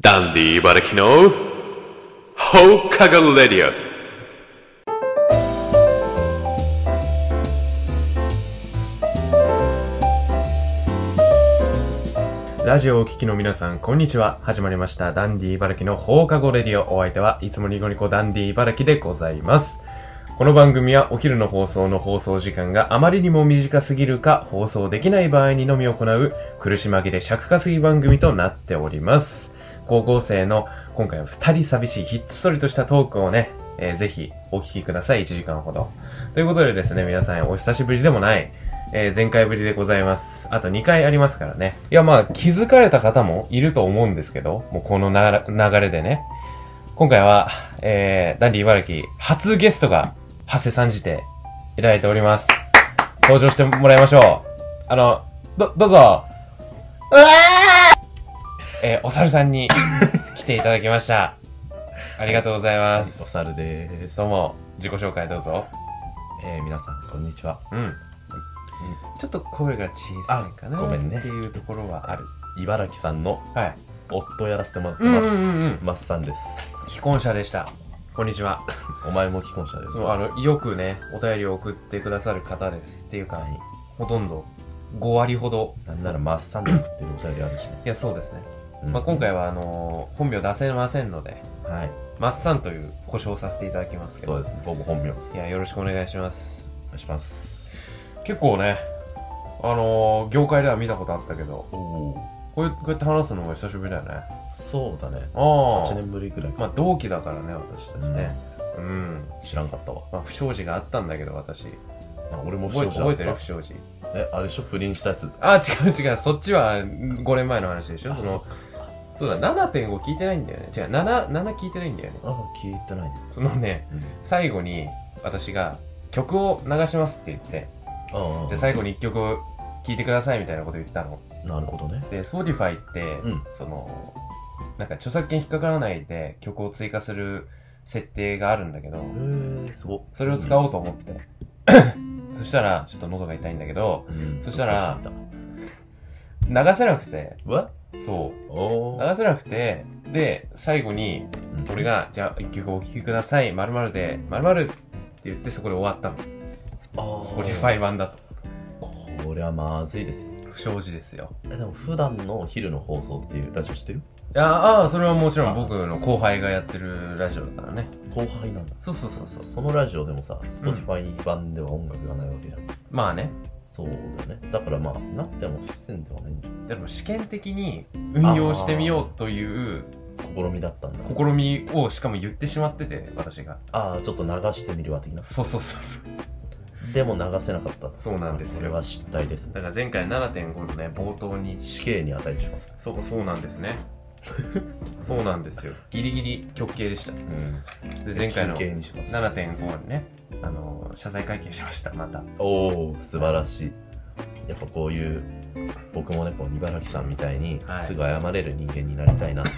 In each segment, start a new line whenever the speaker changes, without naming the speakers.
ダンディ茨城の放課後レディオ
ラジオをお聞きの皆さん、こんにちは。始まりました。ダンディ茨城の放課後レディオ。お相手はいつもニコニコダンディ茨城でございます。この番組はお昼の放送の放送時間があまりにも短すぎるか放送できない場合にのみ行う苦し紛れ尺稼ぎ番組となっております。高校生の今回は二人寂しいひっそりとしたトークをね、えーぜひお聞きください。1時間ほど。ということでですね、皆さんお久しぶりでもない、えー前回ぶりでございます。あと2回ありますからね。いや、まあ、気づかれた方もいると思うんですけど、もうこのなら流れでね。今回は、えー、ダンディ茨城初ゲストが、長谷さんじていただいております。登場してもらいましょう。あの、ど、どうぞ。うわえー、お猿さんに来ていただきました。ありがとうござい
お
ます。
猿です。
どうも、自己紹介どうぞ。
えー、皆さん、こんにちは。
うん。ちょっと声が小さいかな
あごめんね
っていうところはある。
茨城さんの
はい。
夫をやらせてもらって
うん
ま
う
す。
んうん。
マッさんです。
既婚者でした。こんにちは。
お前も既婚者です。
そう、あの、よくね、お便りを送ってくださる方です。っていうか、
はい
ほとんど5割ほど。
なんならマッさんで送ってるお便りあるしね。
いや、そうですね。
うん
まあ、今回は、あのー本名出せませんので、
はい。
マッサンという故障させていただきますけ
そ
ど。
うですね。ほぼ本名です。
いや、よろしくお願いします。
お願いします。
結構ね、あのー業界では見たことあったけど、
おおー。
こうやこうやって話すのも久しぶりだよね。
そうだね。
ああ
8。年ぶりくらい
まあ、同期だからね、私たちね。うん。
知らんかったわ。
まあ、不祥事があったんだけど、私。
あ俺も
覚え
不祥事
覚えて
だ
る
っ
不祥事。
たえ、あれでしょ不倫したやつ。
あ、違う違う。そっちは5年前の話でしょその
あ、
そうだ、7.5聞いてないんだよね。違う、7、7聞いてないんだよね。
あ、聞いてないね。
そのね、
うん。
最後に私が曲を流しますって言って、
あ
じゃあ最後に1曲聴いてくださいみたいなこと言ったの。
なるほどね。
で、Spotify って、
うん
その、なんか著作権引っかからないで曲を追加する設定があるんだけど、
えー、すご
それを使おうと思って。 そしたら、ちょっと喉が痛いんだけど、
うん。
そしたら
おかしいんだ
流せなくて、
うわ
そう。
おー
流せなくて、で、最後に、
うん
俺が、じゃあ一曲お聴きください、まるで、まるって言ってそこで終わったの。
あ
ス
ー
ポティファイ版だと。
これはまずいですよ
不祥事ですよ。
えでも普段のお昼の放送っていうラジオ知ってる
いやああ、それはもちろん僕の後輩がやってるラジオだからね。
後輩なんだ
そうそうそうそう。
そのラジオでもさ
うん
Spotify 版では音楽がないわけじゃん、
まあね。
そうだよねだからまあなくても不自然ではないんじゃん
でも試験的に運用してみようという
試みだったんだ
試みをしかも言ってしまってて、私が。
ああちょっと流してみるわ的な
そうそうそうそう。
でも流せなかった
そうなんですよ
これは失態です
だから前回7.5のね、冒頭に
死刑に値します
そう、そうなんですね。そうなんですよ。ギリギリ極刑でした。
うん
で、前回の
休憩にします
7.5にね、あの、謝罪会見しました、また。
おお素晴らしいやっぱこういう僕もねこう茨城さんみたいに
はい
すぐ謝れる人間になりたいなって、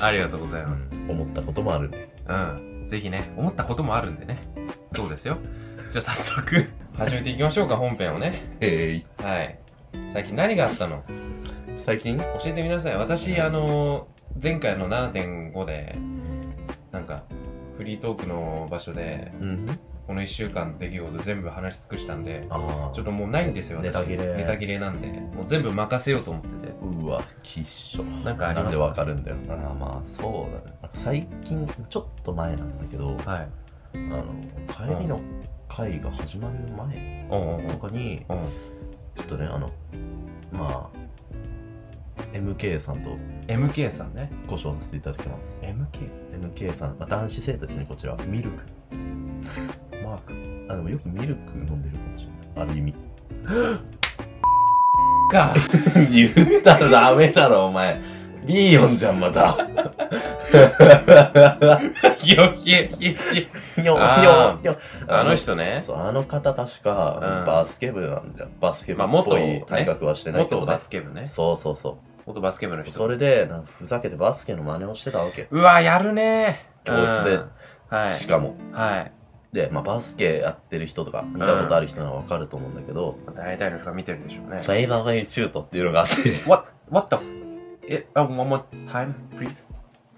ありがとうございます。
思ったこともある
うん。ぜひね、思ったこともあるんでね。そうですよ。じゃあ早速、 始めていきましょうか、本編をね。
え
はい。最近何があったの
ー、最近
教えてみなさい。私、あの、前回の7.5で、なんか、フリートークの場所で、
うん
この1週間の出来事全部話し尽くしたんで、
ああ
ちょっともうないんですよ、私
ネタ切れ
ネタ切れなんで、もう全部任せようと思ってて。
うわきっしょ
なんかあります
なんでわかるんだよあーまあそうだね最近ちょっと前なんだけどあ
はい。
の帰りの会が始まる前
おうん
とかに
うんうん。
ちょっとねあのまあ MK さんと
MK さんね。
ご紹介させていただきます
MK?
MK さん、まあ、男子生徒ですねこちらはミルク
マーク。
あでもよくミルク飲んでるかもしれないある意味
か
言ったらダメだろお前ビーヨンじゃんま た
ひよひよひよひよ
よ
あー
よよ
あの人ね。
そう、あの方確か
うん、
バスケ部なんじゃん。バスケ部
まあ
っ
元
ぽ
ね
い体格はしてないけど、
元
ね。
バスケ部ね。
そうそうそ
元バスケ部の
う。そ
人。
れで、なんかふざけてバスケの真似をしてたわけ。
うわ、やるね
教室で
うんは
し
い。
かも。
はい。
で、まあ、バスケやってる人とか、見たことある人ならわかると思うんだけど、
大体の人は見てるでしょうね。
フェイダーウェイシュートっていうのがあって、
What? What the? え、あ、one more time, please.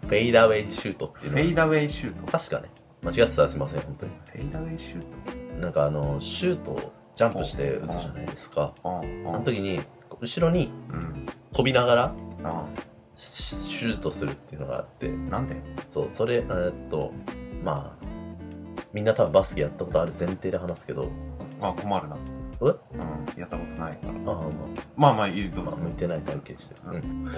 フェイダーウェイシュートっていう
フ
のは
ェイダーウェイシュート。
確かね間違ってたらすいません本当に
フェイダーウェイシュー
なんかあのシュートをジャンプして打つじゃないですか
トあ
あの
あ
時に後ろに
うん。
飛びながら
あ
シシュートするっていうのがあって
あ。なんで
そうそれえーっとまあみんな多分バスケやったことある前提で話すけど
あ、困るな。
え
うん。やったことないから。
ああま
まあまあ、いる
あ、
と
まあ、
思う
向いてない関係して、
う
うんん、
うん。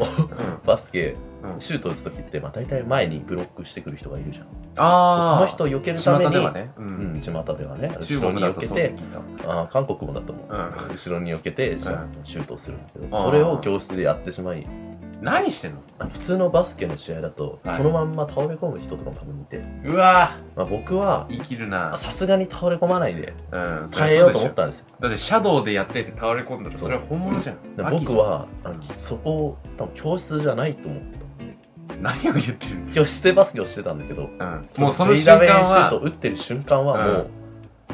バスケ
うん
シュート打つ時って、まあ、大体前にブロックしてくる人がいるじゃん
ああ。
そうその人を避けるために
巷ではね。う。
うんん巷ではね
中
後ろ
国
に
だ
避
と
け
そうって
て
聞いた。
ああ韓国もだと思う
う
後ろに避けてじゃあ
う
シュートをするんだけど
あー
それを教室でやってしまい
ん。何してんの
普通のバスケの試合だと
はい
そのまんま倒れ込む人とかも多分いて、
うわ
まあ、僕は
生きるな。
さすがに倒れ込まないで
うん。そりゃ
耐えようと
そでし
思
ょ
ったんですよ
だってシャドウでやってて倒れ込んだらそれは本物じゃん
で
秋じ
僕
ゃん
はあのそこを多分教室じゃないと思ってた
何を言ってる
教室でバスケをしてたんだけど
うんもうその瞬
フェイダー
間
ウェイシュート
は
打ってる瞬間はもう,、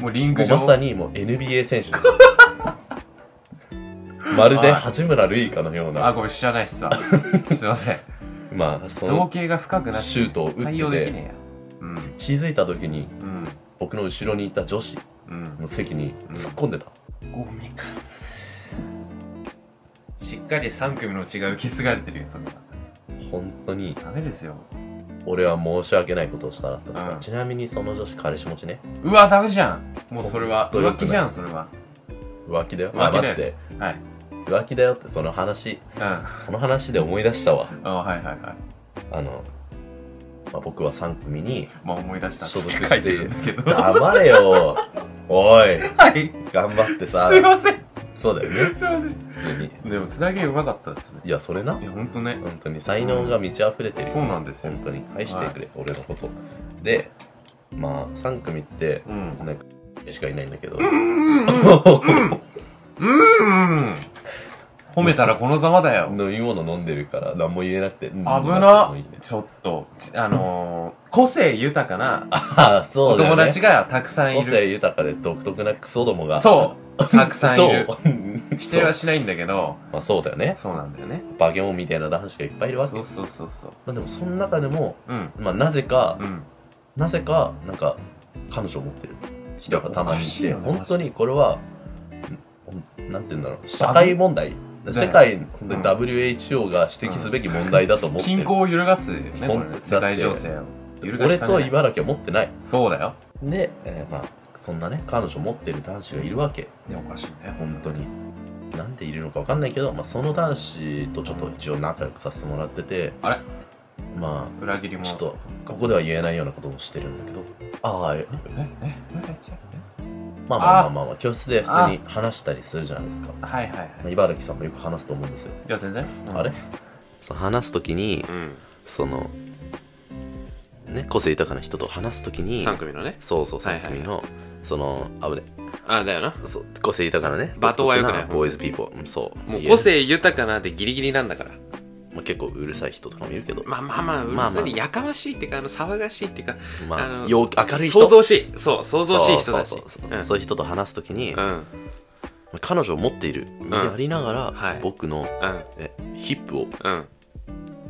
もうリン
も
グ
う
上
まさにもう NBA 選 手まるで八村塁以下のよう
あ
な
ごめん知らないっす わすいません
まあそ
造
の
形が深くなって
シュートを打って
対応でき
て
ねえやうん
気づいた時に
うん
僕の後ろにいた女子
うん
の席に突っ込んでた、
ごめかすしっかり3組の違う受け継がれてるよそれは
本当に
ダメですよ
俺は申し訳ないことをしたなと思った、
うん
ちなみにその女子彼氏持ちね
うわダメじゃんもうそれは
ほんと良
浮
くない
気じゃんそれは
浮気だよ
浮気だ
あ待
よ
って
はい
浮気だよってその話
うんあ
その話で思い出したわ
はいはいはい
あの、まあ、僕は3組に
まあ思い出したっつっ
所
て
属
書
し
い
て
てるんだけ
「
どは
黙れ よおい
い
頑張ってさ
すいません
そうだよね
すいません
普通に
でもつなげうまかったですね
いやそれない
やほんとね
本当に才能が満ち溢れてる、
そうなんですよ
本当に愛してくれ、俺のことでまあ3組って
うん
なんかしかいないんだけど、
うん褒めたらこのざまだよ
飲み物飲んでるから何も言えなくて危
危なちょっとちあのー、個性豊かな
ああ そ
お
うだよ、
友
ね、
達がたくさんい
個性
る
豊かで独特なクソどもがう
そうたくさんいる
そう
否定はしないんだけど
まあそうだよね
そうなんだよね
バケモンみたいな男子がいっぱいいるわけ
そうそうそうそう
まあでもその中でも、
うん
まあ、なぜか、
うん
なぜかなんか彼女を持ってる人がたまにい
い
て
やおかしいよね
本当にこれはんんなんて言うんだろう社
ダブ
会問題
だよ
世界の WHO が指摘すべき問題だと思って
均
る、
衡を揺るがすよねこれ
ほん
ね世界情勢を揺るがし
俺
か
と
ねない
茨城は持ってない
そうだよ
で、えーまあそんなね彼女を持ってる男子がいるわけ
いやおかしいね
本当になんでいるのか分かんないけど、まあ、その男子とちょっと一応仲良くさせてもらってて
あれ
まあ
裏切りも
ちょっとここでは言えないようなこともしてるんだけどああえ
えええ
まあまあま
あ
あまあまあ教室で普通に話したりするじゃないですか
えはいはいはい
まあ茨城さんもよく話すと思うんですよ、
いや全然
あれそう話す時に
うん
そのね個性豊かな人と話す時に
3組のね
そうそう
はい
3
はいはい
組の、そのあぶね
あだよな
そう個性豊かなね
罵倒は良くない
独特ボーイズピーポーうんそう
もう
いえ
個性豊かなんてギリギリなんだから
まあ、結構うるさい人とかもいるけど、
まあまあまあうる
まあ
さ
まあ
いやかましいっていうかあの騒がしいっていうか
まあ
あの
陽明るい人
想像しいそう想像しい人だし
そうそうそう
うん
そういう人と話す時に、
う
ま
ん
あ彼女を持っている身でありながら、
はい
僕の
うん
えヒップを
うん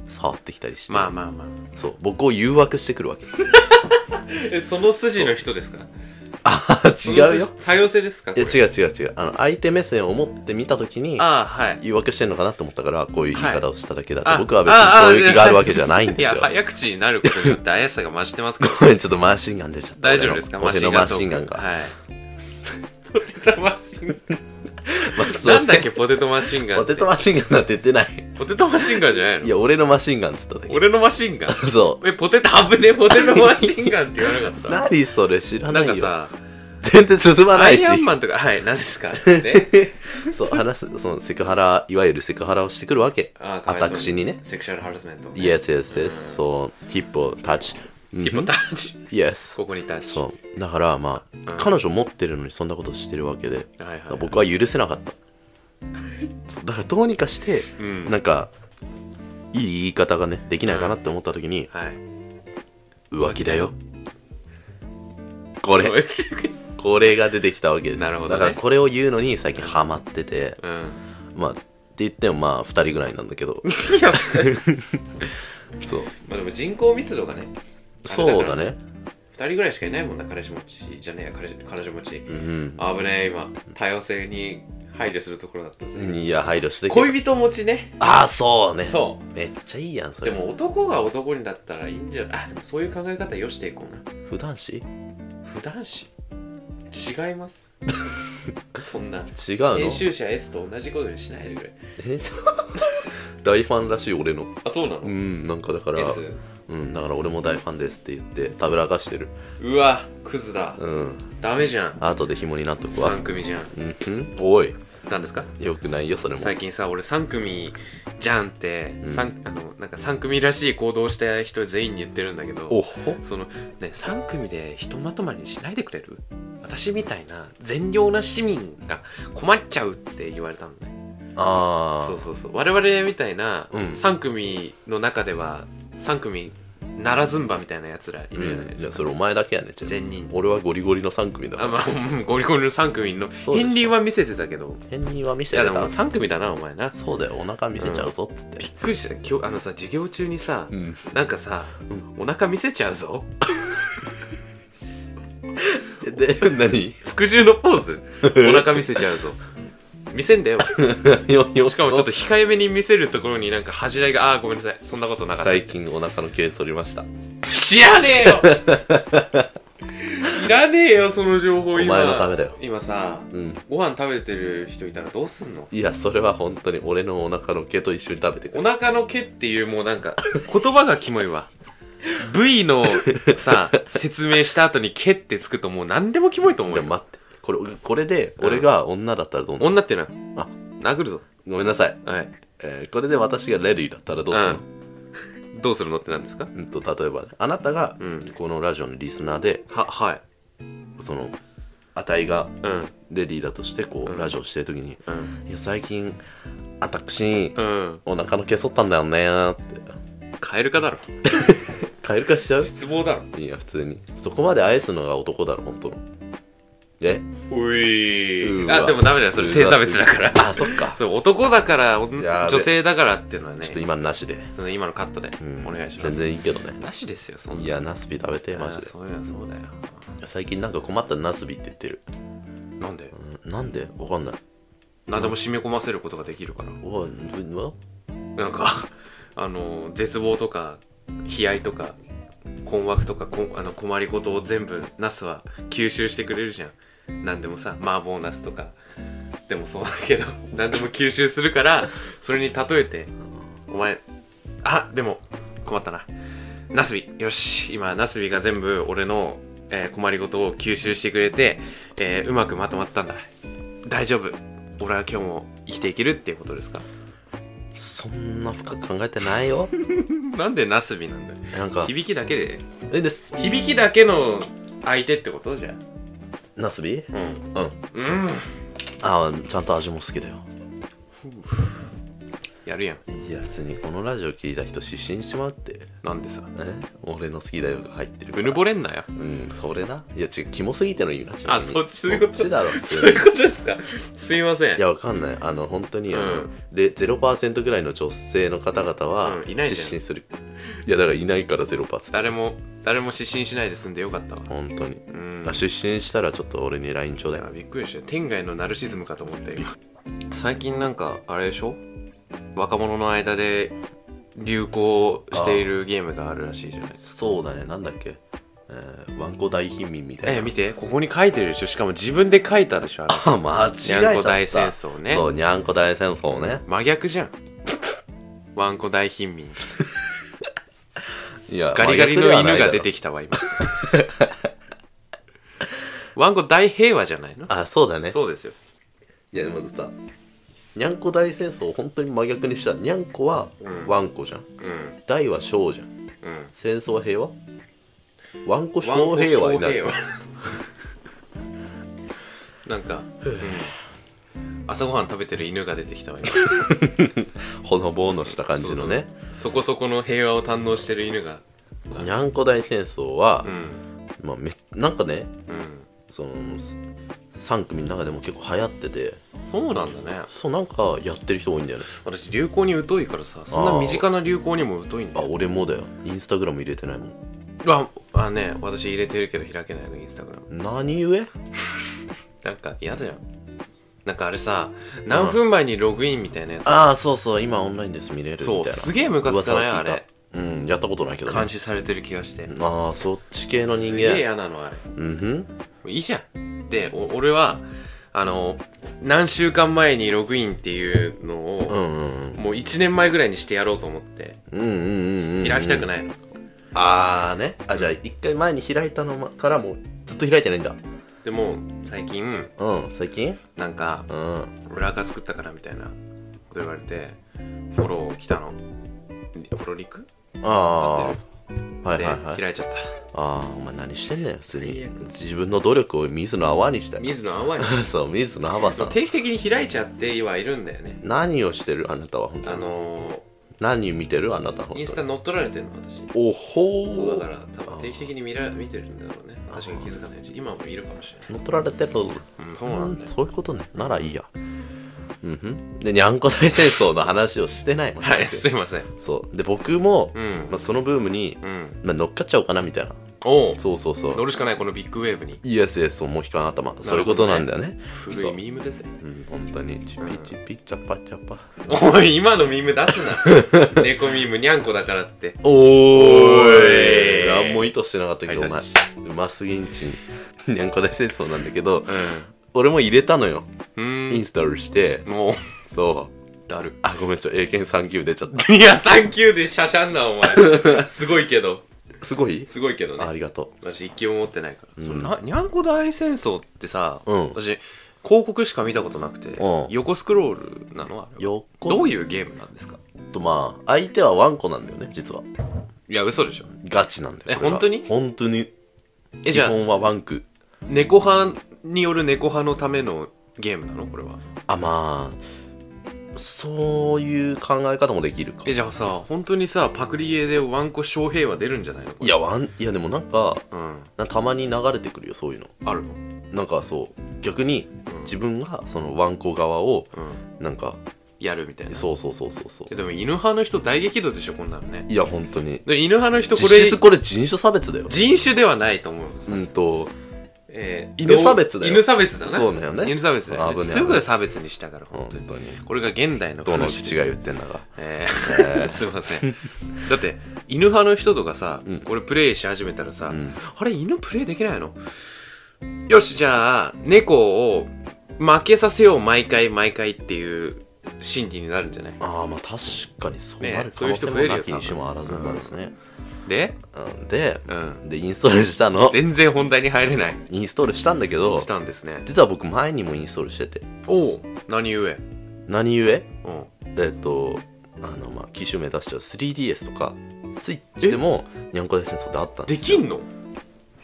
触ってきたりして、
まあまあまあ
そう僕を誘惑してくるわけ
えその筋の人ですかその
違うよ
筋多様性ですか
いや
これ
違う違う違うあの相手目線を持って見た時に
ああはい
誘惑してんのかなと思ったからこういう言い方をしただけだって、
はいあ
僕は別に
ああ
そういう気があるわけじゃないんです
いや
よ
早口になることによって怪しさが増して ますけど
ごめんちょっとマシンガン出ちゃった
大丈夫ですかマ
俺
シ
の
ンガン
俺のマシンガンが、
トークはいポテトマシンガ
まあ
ン
そう
なんだっけポテトマシンガン
ポ
って
テトマシンガンなんて言ってない
ポテトマシンガンじゃないの
いや俺のマシンガンっつっただけ
俺のマシンガン
そ
えポテト危ねえポテトマシンガンって言わなかっ
う
た
何それ知 らな
ないん
よ
かさ
全然進ま
ア
ない
イ
し
アンマンとかはい何です かね
そう話すそのセクハラいわゆるセクハラをしてくるわけ
あーかわいそう
私にね
セクシャルハラスメントね
Yes, yes,
うん
yes. そう、ヒップをタッチ。
ヒポタッチ
Yes.
ここにタッチ
そう。だから、まあ、彼女持ってるのにそんなことしてるわけで、
はいはいはい
僕は許せなかった。そうだから、どうにかして、
うん
なんか、いい言い方がね、できないかなって思った時に、
はい
浮気だよ。これ、
う
これが出てきたわけです。
なるほどね
だから、これを言うのに最近ハマってて、
ん
まあ、って言ってもまあ、2人ぐらいなんだけど、
いや
そう
まあでも人口密度がね、
そうだね
2人ぐらいしかいないもんな、彼氏持ちじゃねえや、彼彼女持ち。
うん
危ねえ、今、多様性に配慮するところだったぜ。
いや配慮してけ
恋人持ちね。
ああそうね
そう
めっちゃいいやんそ
で
れ
も男が男にだったらいいんじゃないあでもそういう考え方よしていこうな
普段し
普段子違います そんな
違うの
編集者 S と同じことにしないでくれ
え大ファンらしい俺の
あそうなの、
うんなんかだから
S
うんだから俺も大ファンですって言ってたぶらかしてる
うわクズだ
うん
ダメじゃん
後で紐になっとくわ
3組じゃん
うんうんおい
何ですか
よくないよそれも
最近さ俺3組じゃんって、
ん
三あのなんか3組らしい行動をした人全員に言ってるんだけど
おほ
そのね3組でひとまとまりにしないでくれる私みたいな善良な市民が困っちゃうって言われたのね
ああ
そうそうそう我々みたいな
うん
3組の中では3組ならずんばみたいなやつらいるじゃない
ん、
で
い
す
や
か、
それお前だけやねちなみに
善人
俺はゴリゴリの3組だか
あ
ら、
まあ うんゴリゴリの3組の
そうで
片
す
鱗は見せてたけど
変人は見
い
せ
や
て
でも
た
3組だなお前な
そうだよお腹見せちゃうぞっつって
びっくりした今日あのさ授業中にさ、
うん
なんかさ、お腹見せちゃうぞ
で何
復讐のポーズお腹見せちゃうぞ見せ んだよ
よよ
しかもちょっと控えめに見せるところになんか恥じらいがああーごめんなさいそんなことなかった
最近お腹の毛剃りました
知ら ねえよいらねえよその情報今
お前のためだよ
今さ
うん
ご飯食べてる人いたらどうすんの
いやそれは本当に俺のお腹の毛と一緒に食べてく
お
れ
腹の毛っていうもうなんか言葉がキモ いわ V のさ説明した後に毛ってつくともう何でもキモいと思う
で
よ
も待ってこれこれで俺が女だったらどうなる、
女ってな
あ
殴るぞ
ごめんなさい、
はい
えーこれで私がレディーだったらどうするの、
どうするのって何ですか
うんと例えばねあなたが
うん
このラジオのリスナーで
ははい
その値が
うん
レディーだとしてこう、
うん
ラジオしてる時に
う
「
ん
いや最近私
うん
お腹の毛剃ったんだよね」って
カエル化だろ
カエル化しちゃう
失望だろ
いや普通にそこまで愛すのが男だろ本当のえ
おいう
わ
あでもダメだよそれ性差別だから
あそっか
そう男だから女
やべ
女性だからっていうのはね
ちょっと今のなしで、
その今のカットで、
うん
お願いします
全然いいけどね
なしですよそんない
やナスビ食べてマジ
あー
で
そういうのそうだよ
最近なんか困ったらナスビって言ってる、
なんで
うん、なんでわかんない
何でも締め込ませることができるから
おいうんうん
なんか あの絶望とか悲哀とか困惑とかこんあの困りごとを全部ナスは吸収してくれるじゃん何でもさ麻婆ナスとかでもそうだけど 何でも吸収するからそれに例えてお前あでも困ったなナスビよし今ナスビが全部俺の、えー困りごとを吸収してくれて、えーうまくまとまったんだ大丈夫俺は今日も生きていけるっていうことですか
そんな深く考えてないよ
なんでナスビなんだよ
なんか
響きだけで
えです
響きだけの相手ってことじゃん
ナスビ
うん
うん
うん
あーちゃんと味も好きだよ
やるやん
いや普通にこのラジオ聞いた人失神しちまうって
なんでさ
え俺の好きだよが入ってる
うぬぼれんなよ
うんそれないや違うキモすぎての言うな
あそっちそういうこと
そっちだろ普
そう
通に
いうことですかすいません
いやわかんないあの本当に、あ
う
の
ん
で0%ぐらいの女性の方々は
うんいないじゃん
失神する、いやだからいないから0%
誰も誰も失神しないで済んでよかったわ
本当に、
うん
あ失神したらちょっと俺に LINE ちょうだいな
びっくりした天外のナルシズムかと思ったよ最近なんかあれでしょ若者の間で流行しているゲームがあるらしいじゃないですか
そうだねなんだっけ、えー、ワンコ大貧民みたいな
え見てここに書いてるでしょしかも自分で書いたでしょあれ
あ間違えちゃった
にゃんこ大戦争ね
そうにゃんこ大戦争ね
真逆じゃ んワンコ大貧民
いや
ガリガリの犬が出て
き
きたわ今ワンコ大平和じゃないの
あそうだね
そうですよ
いやでもさにゃんこ大戦争を本当に真逆にしたらにゃんこは
うん
ワンコじゃん、
うん
大は小じゃん
うん
戦争は平和ワンコ小平和になる
ワンコ小平和なんか、うん朝ごはん食べてる犬が出てきたわ今
ほのぼのした感じのね
そこそこの平和を堪能してる犬が
にゃんこ大戦争は
うん、
まあ、めなんかね
うん
その3組の中でも結構流行ってて
そうなんだね
そうなんかやってる人多いんだよね
私流行に疎いからさそんな身近な流行にも疎いんだ
あ
よ
俺もだよインスタグラム入れてないもん
ああね私入れてるけど開けないのインスタグラム
何故
なんか嫌だよなんかあれさ何分前にログインみたいなやつ
ああそうそう今オンラインです見れるみたい
そう
な
すげえムカつかない
噂は
あ
聞いた
れ
うんやったことないけどね
監視されてる気がして
ああそっち系の人
すげえ
間
嫌なのあれ
うんふん
いいじゃんでお俺はあの何週間前にログインっていうの
う
を、
んうん
もう1年前ぐらいにしてやろうと思って
うんうんうんうん
開きたく
い
ないの、
ああねあじゃあ一回前に開いたのまからもうずっと開いてないんだ
でも最近
うん最近
なんか
うん
裏垢作ったからみたいなこと言われてフォロー来たのフォローリク
ああ
合っ
はい
で
はいはい
開いちゃった、
ああお前何してんねんす
最
り
悪
自分の努力を水の泡にしたい
水野淡い
そう水の泡さん
定期的に開いちゃってはいるんだよね
何をしてるあなたは本当
あ
に
の
何見てるあなたは本当
ー、
に
インスタ乗っ取られてるの私
おほー
そうだから多分定期的に見ら見てるんだろうね私が気づかないうち今もいるかもしれ
乗っ取られてる
ない、うん、そうなんだよ
そういうことねならいいやうんふんでにゃんこ大戦争の話をしてないもんね
はいすいません
そうで僕も、
うん
まあ、そのブームに、
うん
まあ、乗っかっちゃおうかなみたいな
おお
そうそうそう
乗るしかないこのビッグウェーブに
イエスイエスモヒカン頭、
どね
そういうことなんだよね
古いミームですね
うん本当にチピチピチャパチャパ
おい今のミーム出 すな猫ミームにゃんこだからって
おー
ーい
何も意図してなかったけど、
ハ
お
イタ
前
ッチ
うますぎんちん にゃんこ大戦争なんだけど
う
俺も入れたのよ
んう
イン
ん
ストールして
も
そうだるあごめんちょ英検3級出ちゃっ
ういやサンキューでしゃしゃんなお前すごいけど
たすごい
すごいけどね
あありがと
私一級も持ってないから、
ん
そのなにゃんこ大戦争ってさ、
うん
私広告しか見たことなくて、
うん
横スクロールなのは
うよっこ
どう
う
いうゲームなんですか
とまあ相手はワンコなんだよね実はい
や嘘でしょ
ガチなんだよ
え
これは
本当に
本当に
え
基
じゃあ
本はワンク
猫派による猫派のためのゲームなのこれは
あまあそういう考え方もできるか
えじゃあさ本当にさパクリゲーでワンコ翔平は出るんじゃないのこ
い
れ
やワンいやでもなんか
うん
なたまに流れてくるよそういうの
あるの
なんかそう逆に自分がそのワンコ側を
うん
なんか
やるみたいな
そうそうそうそうそう
えでも犬派の人大激怒でしょこんなのね
いや本当に
で犬派の人こ
実
れ
質これ人種差別だよ
人種ではないと思うんです、
うんと
えー
犬差別だよ
犬差別だな
そうだよね
犬差別だよ、
危
ね、
ない
すぐ差別にしたから本
本
当に
当に
これが現代の
どの
風
父
刺
が言ってんだが
えー すいませんだって犬派の人とかさ、
うん
これプレイし始めたらさ、
うん
あれ犬プレイできないのよしじゃあ猫を負けさせよう毎回毎回っていう心理になるんじゃない
ああまあ確かにそうな
ね
る
そ
可
うい
能
う人
性も
増えるよ
なきにしもあらずまですね
で
うんで
うん
でインストールしたの
全然本題に入れない
インストールしたんだけど
したんですね
実は僕前にもインストールしてて
おお何故うん
何故えっとあのまあ機種目指しちゃう 3DS とかスイッチでもにゃんこ大戦争ってあったんで
できんの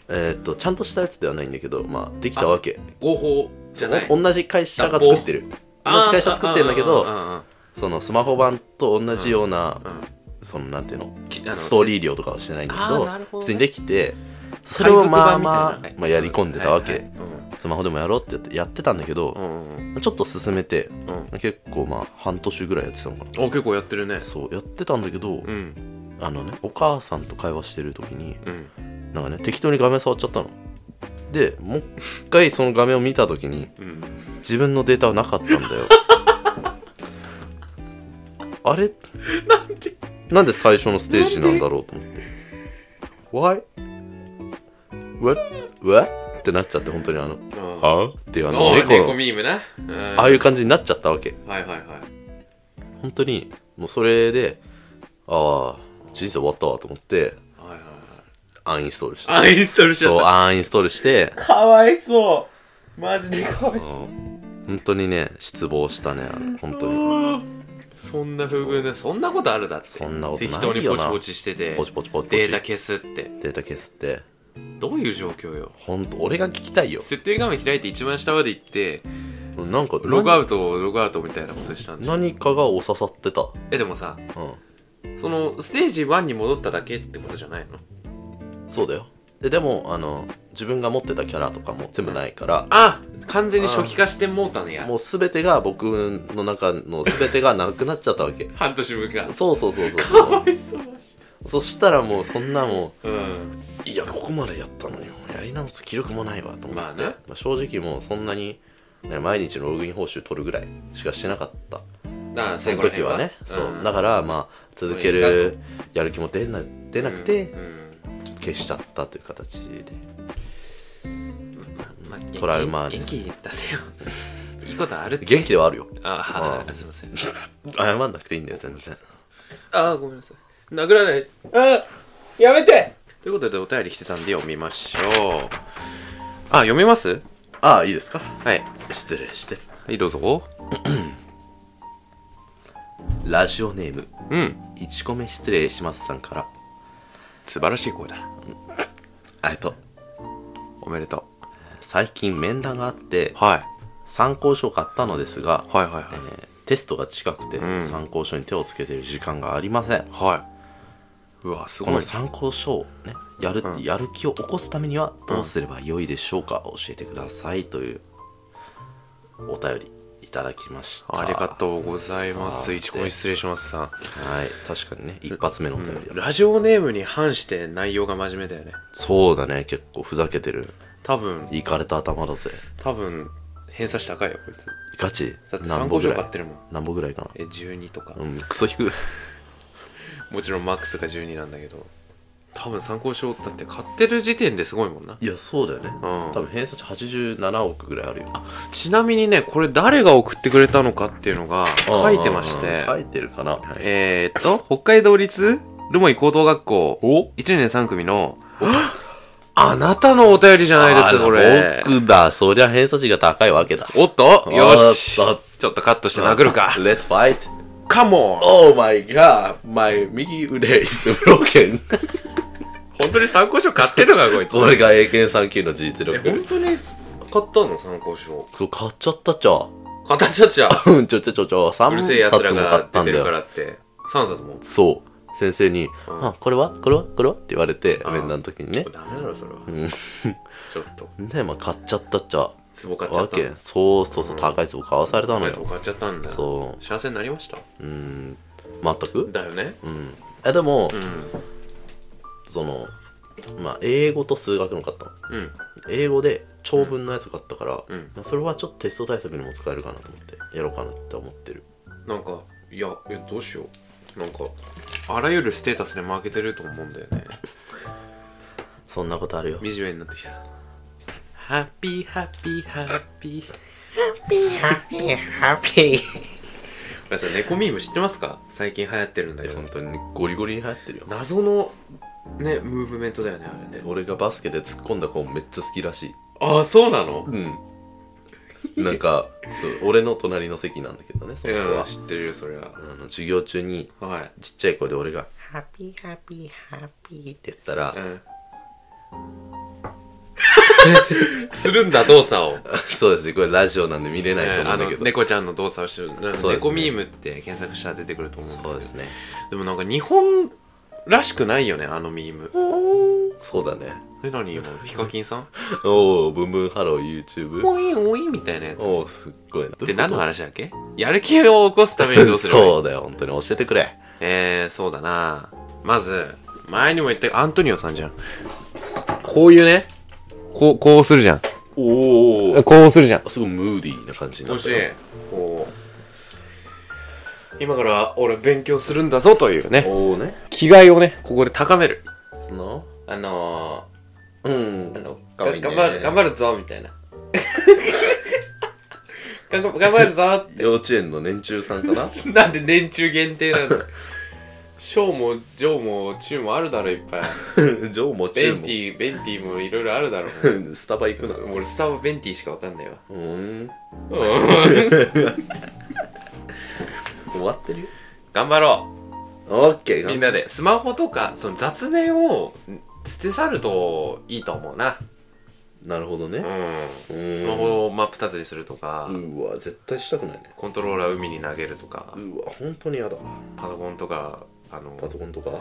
えっとちゃんとしたやつではないんだけどまあできたわけ
合法じゃない
お同じ会社が作ってる同じ会社作ってるんだけ
あ
ど
ああああ
そのスマホ版と同じような
あうん
そのなんていうの
きあの
ストーリー量とかはしてないんだけ
あーな
ど
るほどね
普通にできてそれをまあまあ
海賊版みたいな
まあやり込んでたわ
はいは
け
い
スマホでもやろうってやってやってたんだけ
う
ど
んうんうん
ちょっと進めて
うん
結構まあ半年ぐらいやってたのかな
お結構やってるね
そうやってたんだけど
うん
あのねお母さんと会話してる時に
うん
なんかね適当に画面触っちゃったのでもう一回その画面を見た時に
うん
自分のデータはなか ったんだよあれなんでなんで最初のステージなんだろうと思って Why? What? What? ってなっちゃって本当にあの「
あ
はっていうあの
お
猫
猫
の
ミームな
ああ
い
いう感じになっちゃったわけ
はいはいはい
本当にもうそれでああ人生終わったわと思って
はいはいはい
アンインストールした
あインストールしちゃ
そう
っ
アンインストールして
たかわいそうマジでかわい
本当にね失望したねあれ本当に
うそんな風遇でそんなことあるだって
そんなことないよ
適
な
当にポチポチしてて
ポチポチポチポチ
データ消すって
データ消すって
どういう状況よ
本当俺が聞きたいよ
設定画面開いて一番下まで行って
なんか
ログアウトログアウトみたいなことしたんでしょ
何かがお刺さってた、
えでもさ
うん、
そのステージ1に戻っただけってことじゃないの
そうだよえでもあの自分が持ってたキャラとかも全部ないから
あ完全に初期化してもうたのや
もう全てが僕の中の全てがなくなっちゃったわけ
半年分か
そうそうそうそう
かわいそうだし
そしたらもうそんなも
うん
ういやここまでやったのにやり直す気力もないわと思って、
まあね
まあ正直もうそんなに、ね、毎日のログイン報酬取るぐらいしかしてなかった
だから
そ
最
の
後ら
時
辺
はね、そうだ
か
からまあ続けるやる気も出な出なくて、
うん
ちょっと消しちゃったという形で
うんまあ
トラウマで
元
す
気元気出せよ いいことあるって
元気ではあるよ
あ
あ
あすいません
謝んなくていいんだよ全然
ああごめんなさい殴らないああやめてということでお便り来てたんで読みましょうあ読めます
ああいいですか
はい
失礼して
はいどうぞ
ラジオネーム
うん
「いちこめ失礼します」さんから
素晴らしい声だ
あえっと
おめでと
最近面談があって
うはい
参考書を買ったのですが、
はいはい
えーテストが近くて、
うん
参考書に手をつけている時間がありません
はいはいうわす
こ
ご
の
い
参考書を、ね、やる、
うん
やる気を起こすためにはどうすれば良いでしょうか、教えてくださいというお便りいただきました
ありがとうございます一コ失礼しますさん
はい確かにね一発目のお便りだ、
ラジオネームに反して内容が真面目だよね
そうだね結構ふざけてる
多分
いかれた頭だぜ
多分偏差値高いよこいつ
ガチ
だって
何
参
歩
考
ぐ
書
ら
買っ
い
てるもん
何歩ぐらいかな
え12とか、
うんクソ低い
もちろんマックスが12なんだけど多分参考書だって買ってる時点ですごいもんない
やそうだよね、多分偏差値87億ぐらいあるよ
ちなみにねこれ誰が送ってくれたのかっていうのが書いてまし
うん
て
書いてるかな、はい
えー、っと北海道立留萌高等学校1年3組のあなたのお便りじゃないですかこれ
僕だそりゃ偏差値が高いわけだ
おっとよしち
おっと
ょっとカットして殴るか
Let's fight
かも
Oh my god my 右腕 is broken
本当に参考書買ってるのか こいつ
これが英検3級の実
え本
力
当に買ったの参考書
そう買っちゃったっちゃ
買ったちゃっちゃ
うんちょちょちょちょ
う
3
るせえ奴ら
冊も買っ
が
た
出
ん
て
だ
る
よ
からって3冊も
そう先生に「
うん
あこれはこれはこれは?」って言われて
あー
面談の時にね
ダメだろそれは
ん
ちょっと
でまあ買っちゃったっちゃ
ツボ買っちゃ
わ
ったん
け
だ
そうそうそううん高い壺買わされたの
ツ
よ
ボ買っちゃったんだ
そう
幸せになりました
うん全く
だよね
うんえでも
うん
そのまあ英語と数学の買ったの
うん
英語で長文のやつ買ったから、
うん
まあそれはちょっとテスト対策にも使えるかなと思ってやろうかなって思ってる
なんかいやえどうしようなんかあらゆるステータスで負けてると思うんだよね
そんなことあ るよ
惨めになってきたハッピーハッピーハッピー
ハッピー
皆さん猫ミーム知ってますか最近流行ってるんだけど
本当にゴリゴリに流行ってるよ
謎のねムーブメントだよねあれね
俺がバスケで突っ込んだ子めっちゃ好きらしい
ああそうなの
うんなんかそう俺の隣の席なんだけどねその子
うん
は、
知ってるよそりゃ
あの授業中に
はい
ちっちゃい声で俺が「ハッピーハッピーハッピー」って言ったら、
するんだ動作を、
そうですねこれラジオなんで見れ ないと思
あ
うんだ
の
けど、
猫ちゃんの動作をしてる、なんか
そうですね
猫ミームって検索したら出てくると思うんです
そう
け
で
ど
すね
でもなんか日本らしくないよねあのミーム
そうだね
え何今ヒカキンさん
おおブンブンハロー YouTube
おいおいみたいなやつ
おおすっごいな
で何の話だっけやる気を起こすためにどうすればいい
そうだよ、本当に教えてくれ。
えー、そうだなまず前にも言ったアントニオさんじゃんこういうねこうこうするじゃん
おお。
こうするじゃん
すごいムーディーな感じにな
も
った
し
よ。
こう今から俺勉強するんだぞというね
おおね。
気概をねここで高める
その
あの
うん
ー、あ。の
かわいいね
が頑張る頑張るぞみたいな 頑張頑張るぞ
幼稚園の年中さんかな
なんで年中限定なんだ小も上も中もあるだろいっぱい
ジョーもチ
ベ
ュ
ンテ
ー
ィーベンティーもいろいろあるだろ
も。 スタバ行くな。う
俺スタバベンティーしかわかんないわ
ーん。
うん
終わってるよ。
頑張ろ
オッケー
うみんなでスマホとかその雑念を捨て去るといいと思うな
なるほどね。
う
うんーん
スマホを真っ二つにするとか、
うわ、絶対したくないね。
コントローラー海に投げるとか、
うわ、本当にやだ。
パソコンとかあの
パソコンとか、うん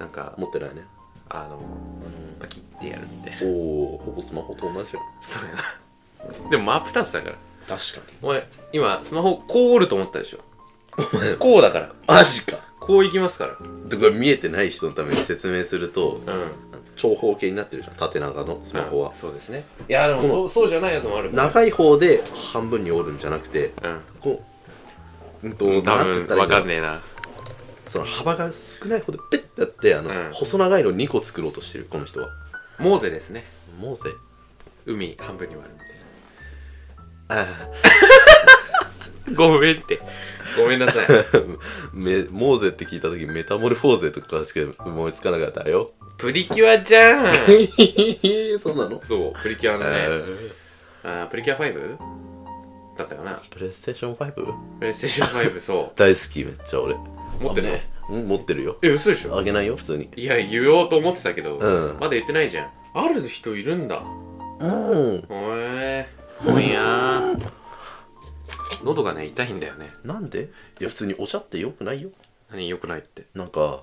なんか
持ってないね。
あのパキッて やるみたいな
おおほぼスマホと同じや
そうやなでも真っ二つだから
確か
お前今スマホこう折ると思ったでし ょ
に
こうだから
マジか
こういきますか
でこれ見えてない人のために説明すると
らうん
長方形になってるじゃん縦長のスマホは
うん、そうですねいやでも
この
そうそうじゃないやつもあるから
長い方で半分に折るんじゃなくて
うん
こううんと
多
なんて言
分
ったらい
分
いの
かんねえな
その幅が少ない方でペッてやってあの、
うん
細長いの2個作ろうとしてるこの人は
モーゼですね
モーゼ
海半分に割るみた
あ
いなごめんってごめんなさい
ー めモーゼって聞いた時メタモルフォーゼとかしか思いつかなかったよ
プリキュアじゃん
そうなの
そうプリキュアの
え
ね
ー
あープリキュア 5? だったかな
プレイステーション 5?
プレイステーション5そ
大好きめっちゃ俺
う持ってるの
うん持ってるよ
え嘘でし
あ
ょ
げないよ普通に
いや言おうと思ってたけど、
うん
まだ言ってないじゃんある人いるんだ
うん
おえほんやー喉がね痛いんだよね
なんでいや普通にお茶ってよくないよ
何良くないって
なんか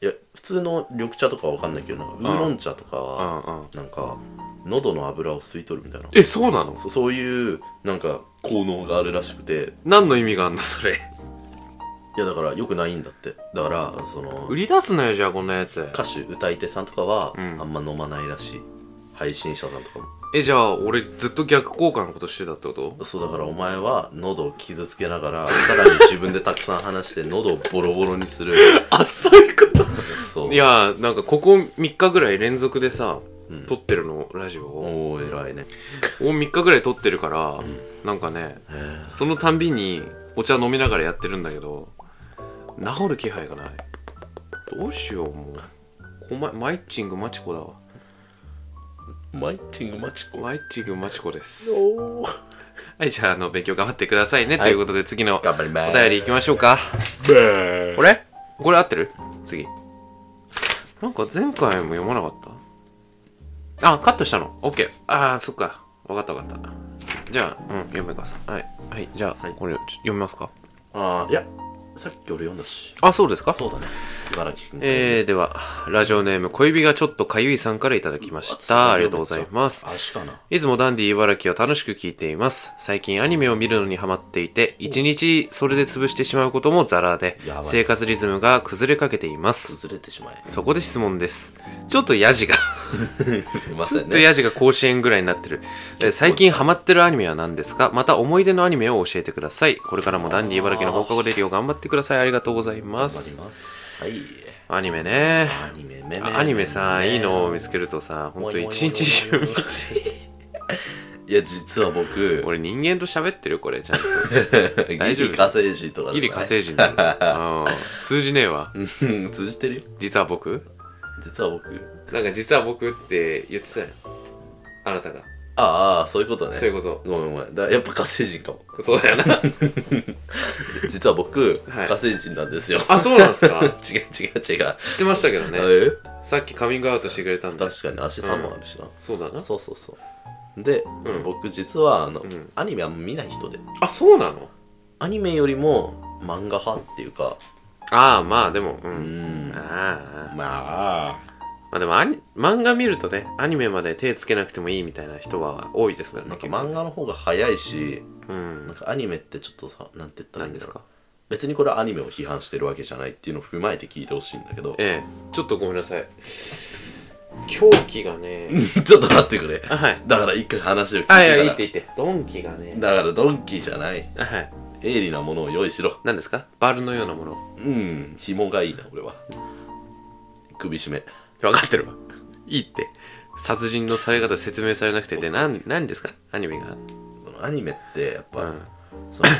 いや普通の緑茶とかはわかんないけどなんかウーロン茶とか
う
は
んうん
なんか喉の油を吸い取るみたいな
えそうなの
そそういうなんか効能があるらしくて
何の意味があんのそれ
いやだからよくないんだってだからその
売り出すなよじゃあこんなやつ
歌手歌い手さんとかはあ
うん
んま飲まないらしい、配信者さんとかも
えじゃあ俺ずっと逆効果のことしてたってこと
そうだからお前は喉を傷つけながらさらに自分でたくさん話して喉をボロボロにする
あそういうこ
そう
いやなんかここ3日ぐらい連続でさ、
うん
撮ってるのラジオ
お
を
お偉いね
もう3日ぐらい撮ってるから、なんかねそのたんびにお茶飲みながらやってるんだけど治る気配がないどうしようもうこまマイッチングマチコだわ
マイティングマチコ
マイッチングマチコです
おー
はいじゃああの勉強頑張ってくださいね、
はい
ということで次の
頑張りま
お
す
便りいきましょうかこれこれ合ってる次なんか前回も読まなかったあカットしたの OK ああそっかわかったわかったじゃあ、うん、読んでくださいはい、はい、じゃあ、これちょ読みますか
ああいやさっき俺読んだし
あそうですか
そうだね茨城君
えー、ではラジオネーム小指がちょっとかゆいさんからいただきましたありがとうございます
足かない
つもダンディ茨城を楽しく聞いています。最近アニメを見るのにハマっていて、一日それで潰してしまうこともザラで
やば、い
生活リズムが崩れかけています。
崩れてし まえ
そこで質問です。ちょっとヤジが、
すいませ
ちょっ
ん
と
ね
ヤジが甲子園ぐらいになってる。え最近ハマってるアニメは何ですかまた思い出のアニメを教えてください。これからもダンディ茨城の放課後レディオ頑張ってください。ありがとうございま
頑張り
す。
ますはい
アニメね。
アニメめめ
アニメさ、いいのを見つ
け
けるとさ、ほんと一日中見ちゃ
いや実は
う。
僕
俺人間と喋ってるこれ、ちゃんと。 大
ギ
丈夫
リ火星人とか
ギリ火星
人
人だ ようん通じねえわ
通じてるよ
実は僕
実は僕
なんか実は僕って言ってたよあなたが
ああそういうことね
そういうこ
ごめんごめんだやっぱ火星人かも
とそうだよな
実は僕
は
火
い
星人なんですよ
あそうなんすか
違う違う違う
知ってましたけど ね
え
さっきカミングアウトしてくれたんだ
確かに足3本あるしな、
そうだな
そうそうそうで、
うん
僕実はあの、
ん
アニメあんま見ない人で
あそうなの
アニメよりも漫画派っていうか
ああまあでもう
うんんま
ああ
あ
まあでもアニ漫画見るとねアニメまで手つけなくてもいいみたいな人は多いですから
な
ね
んか漫画の方が早いし
う
なん
ん
かアニメってちょっとさなんて言ったらいい
何
ん
で
だ
す
ろう
か
別にこれはアニメを批判してるわけじゃないっていうのを踏まえて聞いてほしいんだけど
ええちょっとごめんなさい狂気がね
ちょっと待ってくれ
あはい
だから一回話を聞いてか
あ
ら
いやいいって言ってドンキがね
だからドンキーじゃない
あはい
鋭利なものを用意しろ
何ですかバルのようなもの
うん紐がいいな俺は首絞め
分かってるわいいって殺人のされ方説明されなくてでなん何ですかアニメが
そのアニメってやっぱ、
うん
その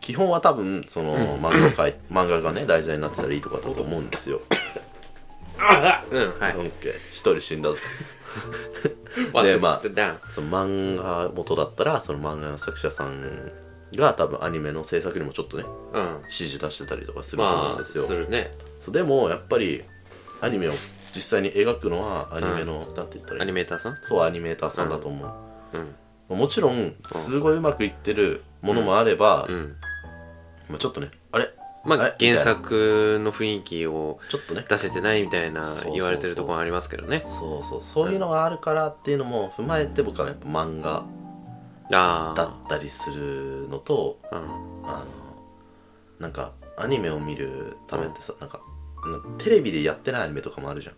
基本は多分その漫画界漫画がね題材になってたらいいとかだと思うんですよ。
うんは
オッケー一人死んだぞ。
い
で
What's
まあ
the down？
その漫画元だったらその漫画の作者さんが多分アニメの制作にもちょっとね
うん
指示出してたりとかすると思うん
まあ
ですよ。
するね
そうでもやっぱりアニメを実際に描くのはアニメの、なんて言ったら
ア
いい
ニメーターさん
そうアニメーターさんだと思う。
うん
もちろんすごいうまくいってるものもあれば、
うん
まあ、ちょっとねあれ
ま
あれ
あ原作の雰囲気を
ちょっとね
出せてないみたいな
そうそうそう
言われてるところありますけどね
そうそうそういうのがあるからっていうのも踏まえて僕はやっぱ漫画
あ
だったりするのと
あうん
あのなんかアニメを見るためってさなんかテレビでやってないアニメとかもあるじゃ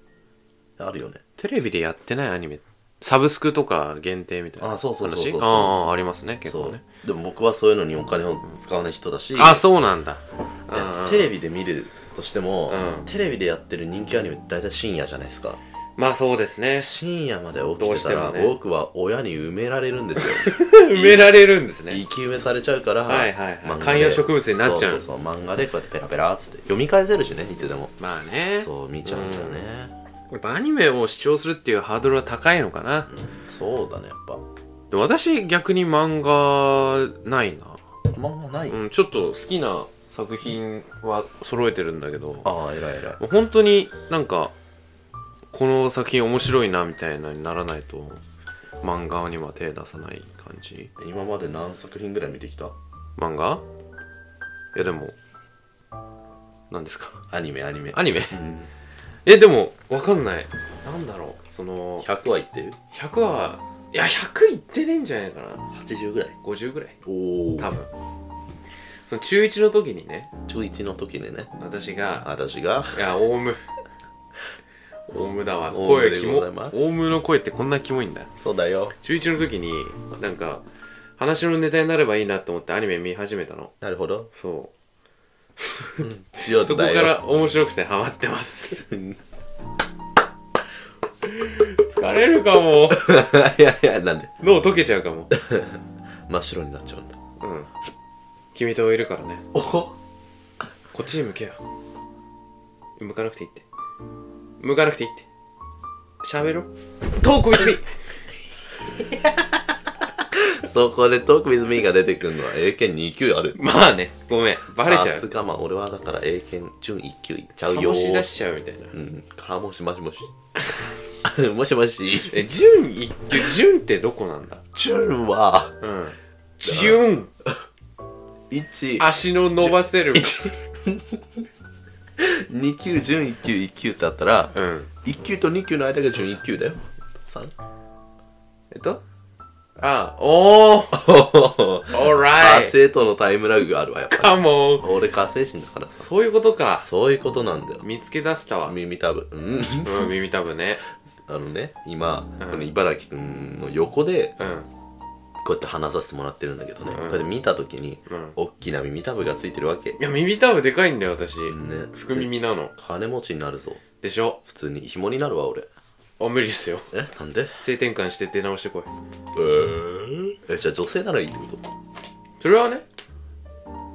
んあるよね
テレビでやってないアニメサブスクとか限定みたいな
あそうそうそうそう
話
そう
ああありますね結
そ
構
う
ね
でも僕はそういうのにお金を使わない人だし
あそうなんだ
で
うんうん
テレビで見るとしても、
うん
テレビでやってる人気アニメって大体深夜じゃないですか
まあそうです ね
深夜まで起きてた
どう
ら、
してもね
僕は親に埋められるんですよ
埋められるんですね
生き埋めされちゃうから、
はいはいはい
漫画で
観葉植物になっちゃう
そうそうそう漫画でこうやってペラペラっつって読み返せるしねいつでも
まあね
そう見ちゃうんだよね、
やっぱアニメを視聴するっていうハードルは高いのかな、
そうだねやっぱ
で私逆に漫画ないな、
漫画ない、
うん、ちょっと好きな作品は揃えてるんだけど
ああ偉い偉い
本当になんかこの作品面白いなみたいなにならないと漫画には手出さない感じ
今まで何作品ぐらい見てきた
漫画いやでも何ですか
アニメアニメ
アニメ
うん
えでもわかんないなんだろうその
100は言ってる
100はいや100いってねえんじゃないかな
80ぐらい
50ぐらい
おお
多分その中1の時にね
中1の時にね
私が
私が
いやオウムオウムだわ
オウム
声
で
キ
ご
モ
ざいます
オウムの声ってこんなキモいんだ
そうだよ
中1の時になんか話のネタになればいいなと思ってアニメ見始めたの
なるほど
そ
塩だよ
うそこから面白くてハマってます疲れるかも
いやいやなんで
脳溶けちゃうかも
真っ白になっちゃうんだ
うん君といるからね
おお
こっちに向けよ向かなくていいって向かなくていいって喋ろうトーク別に
そこでトークウィズミーが出てくるのは英検2級ある
まあねごめんバレちゃ
さす
う
がまあ俺はだから英検準1級いっちゃうよ
醸し出しちゃうみたいな
うんからもしもしもし もしも し
え準一級準ってどこなんだ
準は
うん準
1
足の伸ばせる
2級準1級1級ってあったら
うん
1級と2級の間が準1級だよ3
えっとあおお
火
オーライ
星とのタイムラグがあるわやっぱ
カモン
り俺火星人だからさ
そういうことか
そういうことなんだよ
見つけ出したわう
耳たぶうん
ん耳たぶね
あのね今
うん
この茨城くんの横で
うん
こうやって話させてもらってるんだけどね
うん
こうやって見た時に
うん
おっきな耳たぶがついてるわけね
いや耳たぶでかいんだよ私福
ぜ
耳なの
金持ちになるぞ
でしょ
普通に紐になるわ俺
あ無理っす よ
えなんで
性転換して出直してこい
えー、えじゃあ女性ならいいってこと
それはね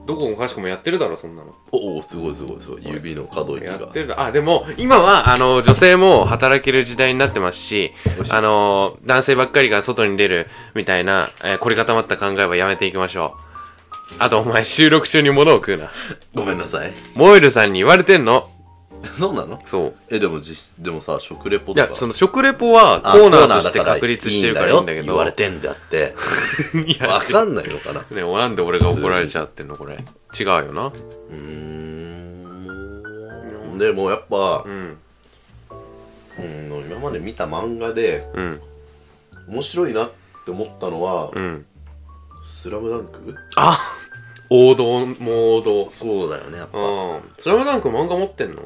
どこもかしこもやってるだろそんなの
おおすごいすごいすごい指の可動域
や
が
ってるだあでも今はあの女性も働ける時代になってますしあの男性ばっかりが外に出るみたいな、えー凝り固まった考えはやめていきましょうあとお前収録中に物を食うな
ごめんなさい
モエルさんに言われてんの
そうなの
そう
えでも実でもさ食レポ
い
とか
やその食レポはコ
あ
ーナーとし
コ
て
だから
確立してるからいいんだけ
いい
ど
よって言われてんだ って
いや
わかんないのかな
ねなんで俺が怒られちゃってんのこれ違うよな
うーんでもやっぱ
う、ん
うん、今まで見た漫画で
うん
面白いなって思ったのは「
うん
スラムダンク
あ王道も王道
そうだよねやっぱ、
うんスラムダンク漫画持ってんの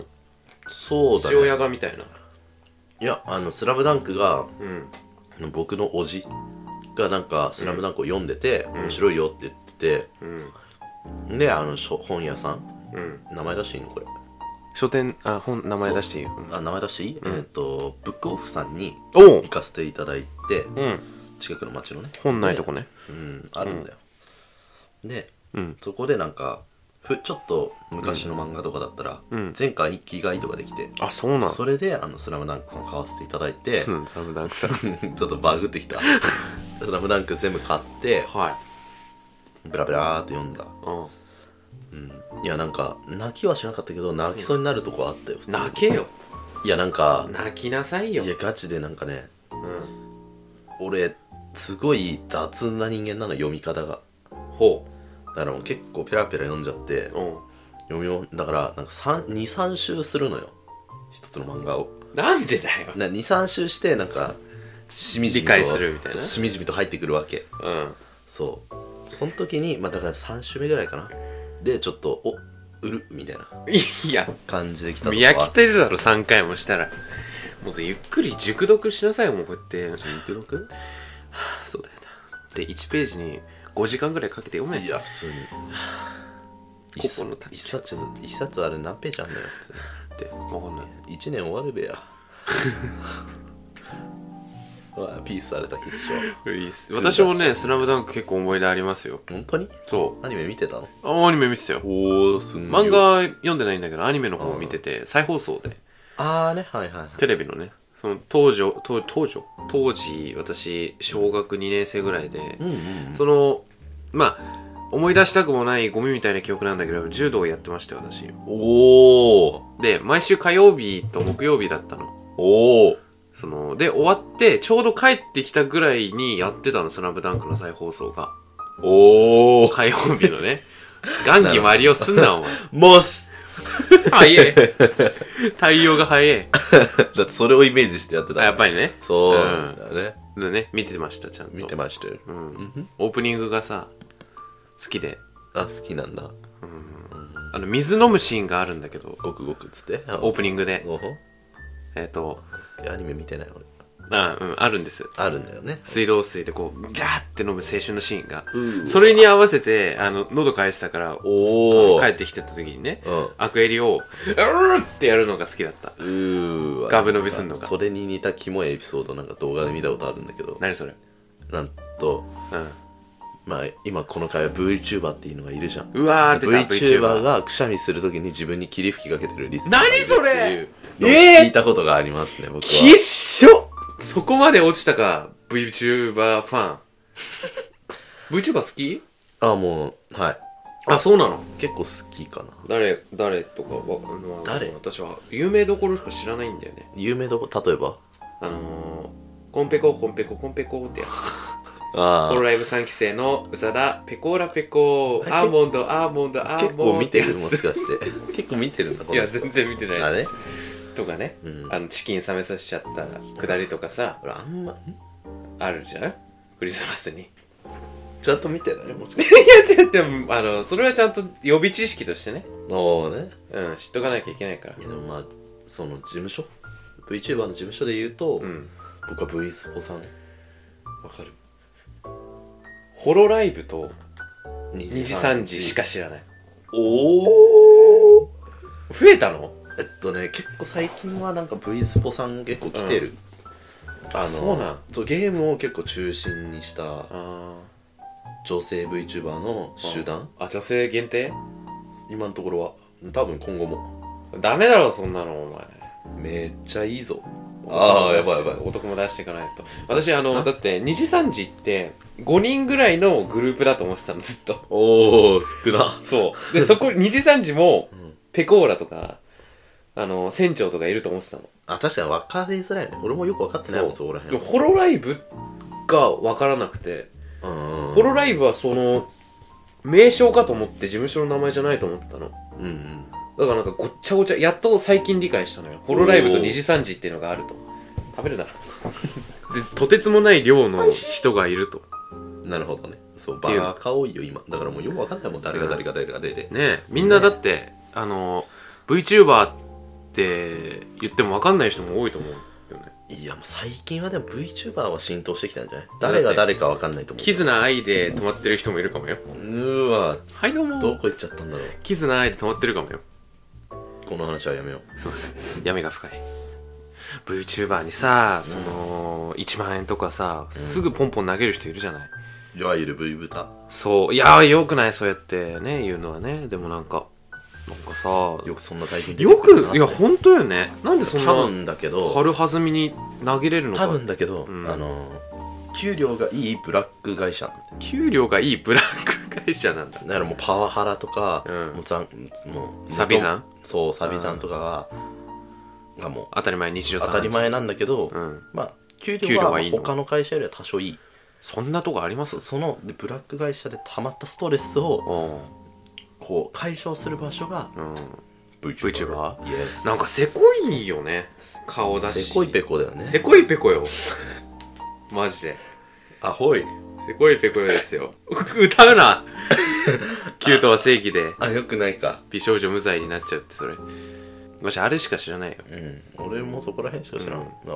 そうだ
父親
ね
がみたいない
やあの「スラムダンクが
うん
僕の叔父がなんか「スラムダンクを読んでて、面白いよって言って
うん
てであの書本屋さん
うん
名前出していいのこれ
書店あ本名前出していいよ
あ名前出していい、えっ、とブックオフさんに
おう
行かせていただいて
うん
近くの町のね
本ないとこね
うんあるんだよ、で
うん
そこでなんかふちょっと昔の漫画とかだったら、
うん
前回一気買いとかできて、
あそうなん
それで「あのスラムダンクさん買わせていただいて
そ
ち
うなんスラムダンクさん
ょっとバグってきた 「スラムダンク全部買って
はい
ブラブラーって読んだ
うん
いやなんか泣きはしなかったけど泣きそうになるとこあったよ普通に
泣けよ
いやなんか
泣きなさい
い
よ
やガチでなんかね
うん
俺すごい雑な人間なの読み方が
ほ
だからもう結構ペラペラ読んじゃって
ううん
読みもだからなんか23周するのよ一つの漫画を
なんでだよ。
23周してなんかしみじみと
理解するみたいな
しみじみと入ってくるわけ
うん。
そうその時にまあだから3周目ぐらいかなでちょっとお売るみたいない
や、
感じできたと
見
こ
飽
は
きてるだろ、3回もしたら。もっとゆっくり熟読しなさいよ、もうこうやって。
熟読
そうだよな。で、1ページに5時間ぐらいかけて読め
いや普通に
ここの
一冊一冊あれ何ページあんのよ普通
って。わかんない。
に1年終わるべや うわピースされた結晶
いいっす私もね、スラムダンク結構思い出ありますよ。
本当に
そ
アニメ見てたの
う。あアニメ見てたよ。
おおすん
漫画読んでないんだけど、アニメの方を見てて、再放送で、
ああねはいはいはい
テレビのね、その当時、当当時、当時、私、小学2年生ぐらいで
う、んうん
その、まあ、思い出したくもないゴミみたいな記憶なんだけど、柔道をやってましたよ、私。
おお
で、毎週火曜日と木曜日だったの。
おお
その、で、終わって、ちょうど帰ってきたぐらいにやってたの、スラムダンクの再放送が。
おお
火曜日のね。元気マリオすん な、お前。
モス
早え。 対応が早え。
だってそれをイメージしてやってたか
あ
ら
やっぱりね。
そう
うん
なんだね
でね、見てました、ちゃんと。
見てましたよう
う。
んん
オープニングがさ、好きで、
あ好きなんだ
あの、水飲むシーンがあるんだけど、
ごくごくっつって
オープニングで、
おほ
えっ、と、
いやアニメ見てない俺
あうん、あるんです。
あるんだよね
水道水でこう、ジャーって飲む青春のシーンが、
うん
それに合わせて、あの、喉返したから、
おー
あの帰ってきてた時にね、
うん
アクエリを、うーってやるのが好きだった。
うーわ
ガブ伸びすんのか
それに似たキモいエピソードなんか動画で見たことあるんだけど
何それ
なんと
うん。
まあ今この回は VTuber っていうのがいるじゃん
うわーってた
VTuber。がくしゃみするときに自分に霧吹きかけてるリスナーがいる
何それ
っていうのを聞いたことがありますね、僕
きっ
は。
しょそこまで落ちたか、VTuber ファン。VTuber 好き
あ、もう、はい。
あ、そうなの
結構好きかな。
誰、誰とかわかんない。
誰
私は、有名どころしか知らないんだよね。
有名どこ、例えば
あのー、コンペコ、コンペコ、コンペコってやつ。
あ
ホロライブ3期生の宇佐田、ペコーラペコー、
あ
アーモンド、アーモンド、アーモンド。
結構見て
っ
る
やつ
もしかして。結構見てるんだ、こ
い
の
や、
人
全然見て
あ
ない。
れ
とかね、
うん
あの、チキン冷めさせちゃったくだりとかさ、
俺あんま、ん
あるじゃんクリス マスに。い
ちゃんと見てないもしかして。
や、違う、でも、あの、それはちゃんと予備知識としてね、
おーね。
うん、知っとかなきゃいけないから
い。や、でもまあ、その事務所 ?VTuber の事務所で言うと、
うん。
僕は V スポさん。わかる
ホロライブと
2
2時3時しか知らない。
おー
増えたの
えっとね結構最近はなんか V スポさん結構来てる、あの
そうなん
そうゲームを結構中心にした
あ
女性 VTuber の集団
ーあ、女性限定
今のところは多分今後も
ダメだろ、そんなの、お前。
めっちゃいいぞああやばいやばい
男も出していかないと私あのだって2時3時って5人ぐらいのグループだと思ってたのずっと
おお少な
そうでそこ2時3時も
ん
ペコーラとかあの船長とかいると思ってたの
あ確かに分かりづらいね俺もよく分かってないもんそこらへん
でもホロライブが分からなくて、
うんうん
ホロライブはその名称かと思って事務所の名前じゃないと思ってたの
うんうん
だからなんかごっちゃごちゃやっと最近理解したのよホロライブと
おー
2時3時っていうのがあると食べるなでとてつもない量の人がいると
なるほどねそう
て
バ
いう
カ多いよ今だからもうよく分かんないもん誰が誰が誰が誰で、
ねえみんなだって、あの VTuber って言っても分かんない人も多いと思うよね
いやもう最近はでも VTuber は浸透してきたんじゃない誰が誰か分かんないと思う
キズナアイで止まってる人もいるかもよ
うーわ
はいどう
ど
も
こ行っちゃったんだろう
キズナアイで止まってるかもよ
この話はやめよう
そう闇が深い VTuber にさその、1万円とかさすぐポンポン投げる人いるじゃない、
いわゆる V 豚
そういやーよくないそうやってね言うのはねでもなんかなんかさよ
よくそんな体験できるかな
くいや本当よねなんでそん
多
な
分だけど
軽はずみに投げれるのか
多分だけど、
うん
あの給料がいいブラック会社なんだよ
給料がいいブラック会社なんだ
だからもうパワハラとか、
うん
もうざんもう
サビ残
そうサビ残とかが,、がもう
当たり前日常
当
茶飯
たり前なんだけど、
うん
まあ給
給
料
料
は
はいいの
他の会社よりは多少いい
そんなとこあります
そのでブラック会社でたまったストレスを
おう
ここう解消する場所が
うん
VTuber?
VTuber？
イエス
なんかせこいよね顔だし
せこいペコだよね
せこいペコよマジで
あほい
せこいペコよですよ 歌う なキュートは正義で
あよくないか
美少女無罪になっちゃうってそれわしあれしか知らないよ
うん俺もそこら辺しか知らん、な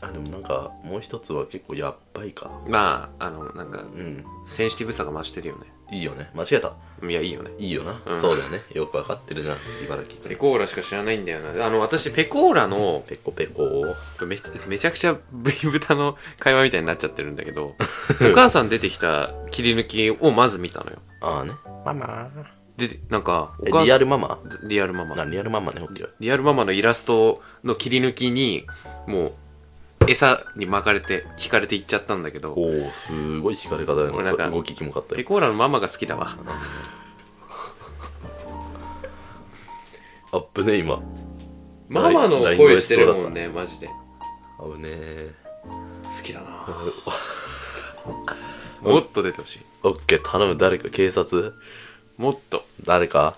あでもなんかもう一つは結構やっばいか
まああのなんか
うん
センシティブさが増してるよね
いいよね間違えた
いやいいよね
いいよな、
うん
そうだよねよくわかってるじゃん茨城
ペ
君
コーラしか知らないんだよなあの私ペコーラの
ペコペコ
めめちゃくちゃ V 豚の会話みたいになっちゃってるんだ けどお母さん出てきた切り抜きをまず見たのよ
ああね
でなんかお
え
母さん
リアルママ
リアルママ
なリアルママねオッケー
リアルママのイラストの切り抜きにもう餌に巻かれて引かれていっちゃったんだけど
おおすごい惹かれ方
俺な
だ
んか
よ動きキモかった
ペ
よ
コーラのママが好きだわ
あっぶね今
ママの声してるもんねマジで
あぶねえ
好きだな もっと出てほしい
オッケー頼む誰か警察
もっと
誰か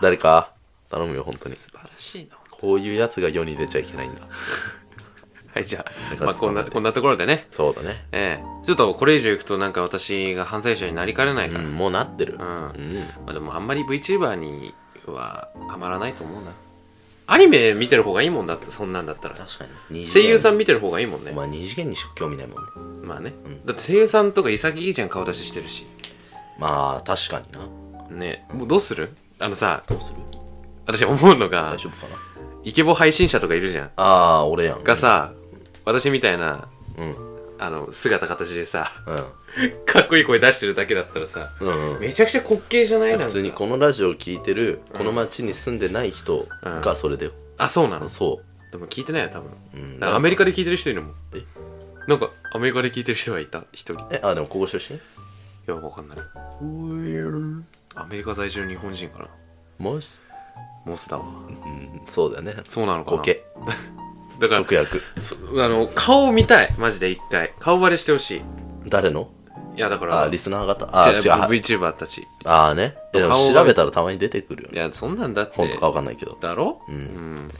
誰か頼むよ本当に
素晴らしいな
こういうやつが世に出ちゃいけないんだ
はいじゃあ,、まあ、こんなこんなところでね
そうだね
ええちょっとこれ以上いくとなんか私が犯罪者になりかねないか
う
ら、
んもうなってる
う
うんん
まあ、でもあんまり VTuber にはハマらないと思うなアニメ見てる方がいいもんだってそんなんだったら
確かに
声優さ
ん
ん見てる方がいいもんね
まあ二次元にしか興味ないもんね
まあね、
ん
だって声優さんとか潔いじゃん顔出ししてるし
まあ確かにな
ねもうどうするあのさ
どうする
私思うのが
大丈夫かな
イケボ配信者とかいるじゃん
ああー俺やん
がさ私みたいな
うんうん
あの姿形でさ かっこいい声出してるだけだったらさ
うんうん
めちゃくちゃ滑稽じゃないなんか
普通にこのラジオを聞いてるこの町に住んでない人がそれだよ
あそうなの
そ
でも聞いてないよ多分
ううん
なんかアメリカで聞いてる人いるもん
え
なんかアメリカで聞いてる人がいた一人い
えあでもここ出身
やわかんないアメリカ在住の日本人かな
もし
モスだわ
うんそうだよね
そうなのか
コ
な
ケ
だから
直訳
そあの顔を見たいマジで一回顔バレしてほしい
誰の
いやだから
あリスナー方あ違
じゃあ
う
VTuber たち
ああねでも
顔が
調べたらたまに出てくるよ
い
ね
やそんなんだって
本当かわかんないけど
だろ、
うん
うん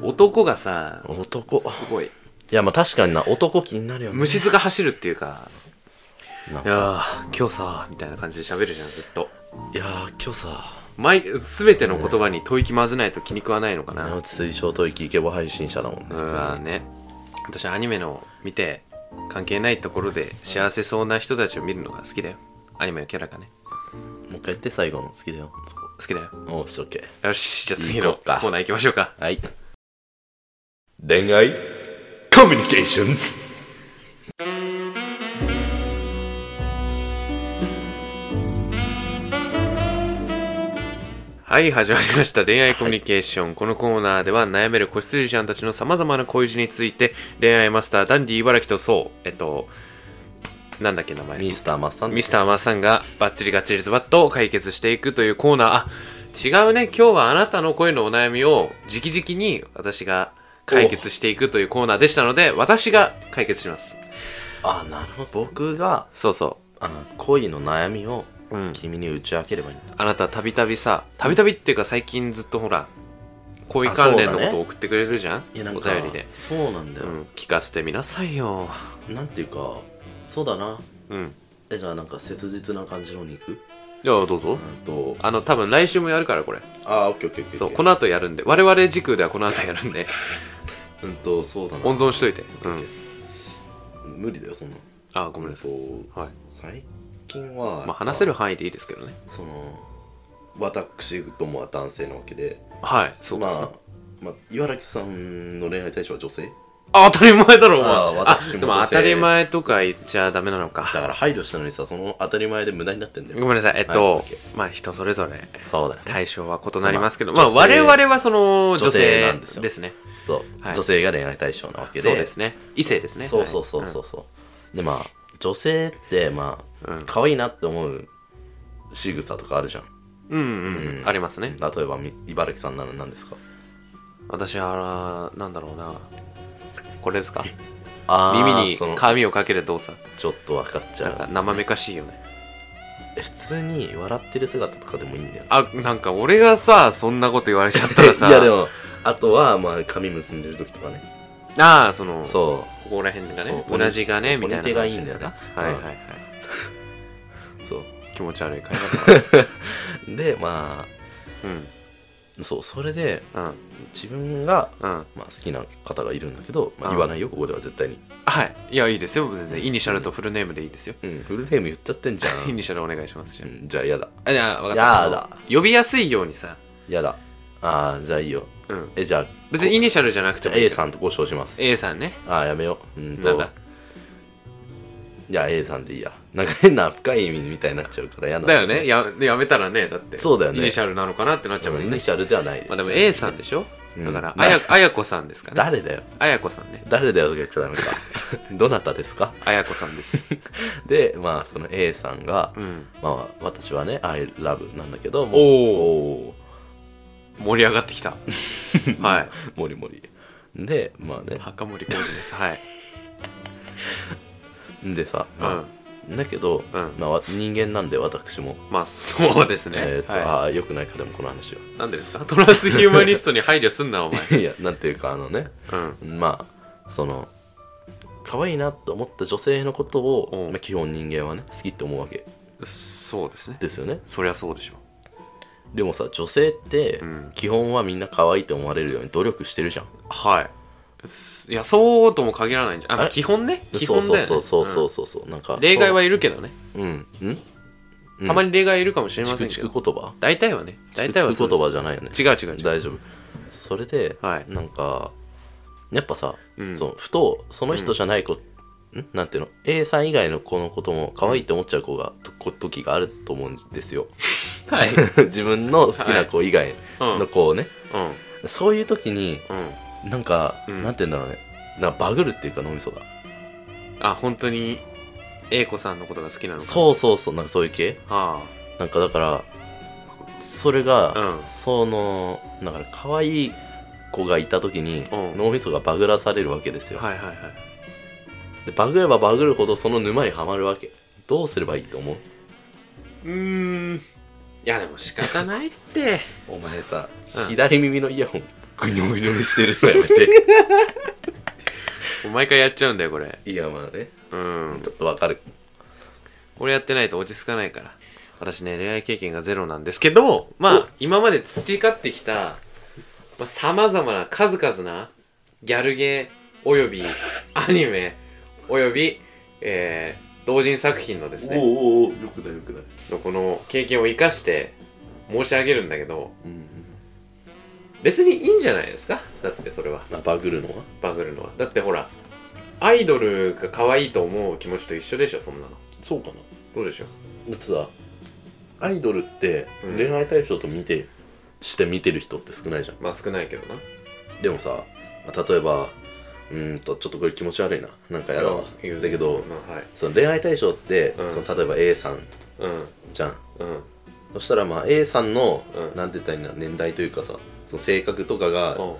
男がさ
男い
すごい
やまあ確かにな男気になるよね
虫唾が走るっていうか
なん
い
か
やー今日さみたいな感じで喋るじゃんずっと
いやー今日さ
毎全ての言葉に吐息混ぜないと気に食わないのかな
直内推奨ときイケボ配信者だもんね
う
普通に
わね私アニメの見て関係ないところで幸せそうな人たちを見るのが好きだよアニメのキャラがね
もう一回言って最後の好きだよ
好きだよ
おうしとけ
よしじゃあ次
行
の
こっか
コーナー行きましょうか
はい
恋愛コミュニケーション
はい始まりました恋愛コミュニケーション、このコーナーでは悩める子羊ちゃんたちのさまざまな恋路について恋愛マスターダンディ茨城とそうえっとなんだっけ名前
ミスターマッサン
ミスターマーさんがバッチリガッチリズバッと解決していくというコーナー。あ、違うね。今日はあなたの恋のお悩みを直々に私が解決していくというコーナーでしたので、私が解決します。
あなるほど僕が
そうそ
あ恋の悩みを
う。うん。
君に打ち明ければいいんだ
あなたたびたびさ、たびたびっていうか最近ずっとほら、恋関連のこ
あそうだ
と
ね
を送ってくれるじゃん、
いやなん
お
か
便りで。
そうなんだ
う
よ、
ん。聞かせてみなさいよ。
なんていうかそうだな
うん。
えじゃあなんか切実な感じの肉
じゃあどうぞ。
うんと
あの、多分来週もやるから、これ。
あーオッケーオッケーオッケー
そう、
オッケー
この後やるんで。我々時空ではこの後やる んで、
うんとそうだな
温存しといて。うん。
無理だよそんな
あ、ごめんなさい。
そう、
はい
最近は、
まあ、話せる範囲でいいですけどね。
その私どもは男性なわけで
はい、そうで。
ますあ、まあ、茨城さんの恋愛対象は女性
あ、当たり前だろ、お前。
あ
あ
私も
でも
女
当
性
たり前とか言っちゃダメなの
だ
か。
から配慮したのにさその当たり前で無駄になってんだよ
ごめんなさい。えっ
はいオ
と
ッケー、
まあ、人それぞれ
そうだよね
対象は異なりますけど、
ま
ま
あ
あ、
女
我
性
々はその女
女性な
性
んですよ
ですね。
そう、
はい
女性が恋愛対象なわけで
そうですね。異性ですね。
そうそうそうそうそう、でまあ女性ってまあ、可愛いなって思う仕草とかあるじゃん
はい。うんうんうん。ありますね。
例えばみ茨城さんなら何ですか
私は、あらなんだろうな。これですか
あー
耳に
その
髪をかける動作。
ちょっと分かっちゃ
なん
う
か、生めかしいよね。
普通に笑ってる姿とかでもいいんだ よ
あなんか俺がさそんなこと言われちゃったらさ
いやでもあとはまあ髪結んでる時とかね
ああそのこ
そ
こら辺がね
そう
同じがね
ポ
み
ニ
たいな
ポニテ
話
がいいん
で
だ
す
よね
かはいはいはいう
そ
気持ち悪い会話
うでま あそうそれで
だなうん
自分が、
うんうん
まあ、好きな方がいるんだけど、まあ、
うん
言わないよここでは絶対に、
はいいやいいですよ全然イニシャルとフルネームでいいですよ
うん、フルネーム言っちゃってんじゃ
イ
ん、
ニシャルお願いしますじゃ
うん、じゃあやだ
ああいや分かった
やだ
呼びやすいようにさ
やだああじゃあいいよ
うん
えじゃあ
別にイニシャルじゃなく
じ
て
ゃ
も
あ
いい
A
から
さんと交渉します
A さんね
ああやめよううん
なん
と
だ
じゃあ A さんでいいやなんか変な深い意味みたいになっちゃうから嫌なん
だよねややめたらねだって
そうだよね
イニシャルなのかなってなっち
で
ゃう
も
も
イ
んね
ニシャルではないです、
まあでも A さんでしょ
うん
だから
まあ
あやあやこさんですかね
誰だよ
あやこさんね
誰だよとか言っちゃダメ かどなたですか
あやこさ んですよ
でまあその A さんが、
うん
まあ私はね「ILOVE」なんだけども
お
お
盛り上がってき たはい
ーもりもりでまあね
墓森浩二ですはい
でさ、
う
ま
ん
あだけど、
うん
まあ、わ人間なんで私も
まあそうですね
えーっと、
は
ああよくないかでもこの話
いなんでですかトランスヒューマニストに配慮す んなお前
はいやなんていうかあのね
うん
まあその可愛いなと思った女性のことを
う、ん
まあ、基本人間はね好きって思うわけ
そうですね
ですよね
そりゃそうでしょ
でもさ女性って、
うん
基本はみんな可愛いと思われるように努力してるじゃん
はいすいやそうとも限らないんじゃあまあ
あれ
基本ね基
そ
本
う
だ
そ
よ
う
ね
そうそうそううそうそうなんか
ん例外はいるけどね
そううんんうん
たまに例外いるかもしれま
チ
せ
ク
んけ
チ
ど
ク言葉
大体はね
チ
大
ク
体は
チ
そ
ク言
うです
葉じゃないよね
違う違う違う
大丈夫それで、
はい
なんかやっぱさ、
うん
そのふとその人じゃない子、んなんていうの A さん以外の子のことも可愛いって思っちゃう子が、とこ時があると思うんですよ
はい
自分の好きな子以外の子をね、
うん
そういう時に
うん
なんか、
うん
なんていうんだろうねなんかバグるっていうか脳みそが
あ本当に A 子さんのことが好きなのかう
そうそうそうなんかそういう系
あ
なんかだからそれが、
うん
そのだから可愛い子がいた時に、
うん
脳みそがバグらされるわけです
あ
よ、
はいはいはい
でバグればバグるほどその沼にはまるわけどうすればいいと思う
うーんいやでも仕方ないって
お前さ、
うん
左耳のイヤホングニョグニョにしてるのやめ て
もう毎回やっちゃうんだよこれ
いやまあね
うん
ちょっとわかる
これやってないと落ち着かないから私ね恋愛経験がゼロなんですけどまあ今まで培ってきたさまざ、まな数々なギャルゲーおよびアニメおよび、えー、同人作品のですね
おおよくないよくない
のこの経験を生かして申し上げるんだけど、別にいいんじゃないですかだってそれは
まあバグるのは
バグるのはだってほらアイドルが可愛いと思う気持ちと一緒でしょそんなの
そうかな
そうでしょ
だってさアイドルって
うん
恋愛対象と見て、して見てる人って少ないじゃ
まあ少ないけどなん
でもさまあ例えばうーんとちょっとこれ気持ち悪いななんかやだわ
いや
だけど、
まあはい
その恋愛対象って、
うん
その例えば A さん
うん
じゃん
うん
そしたらまあ A さんの、
うん
なんて言ったらいいんだ年代というかさその性格とかが
うん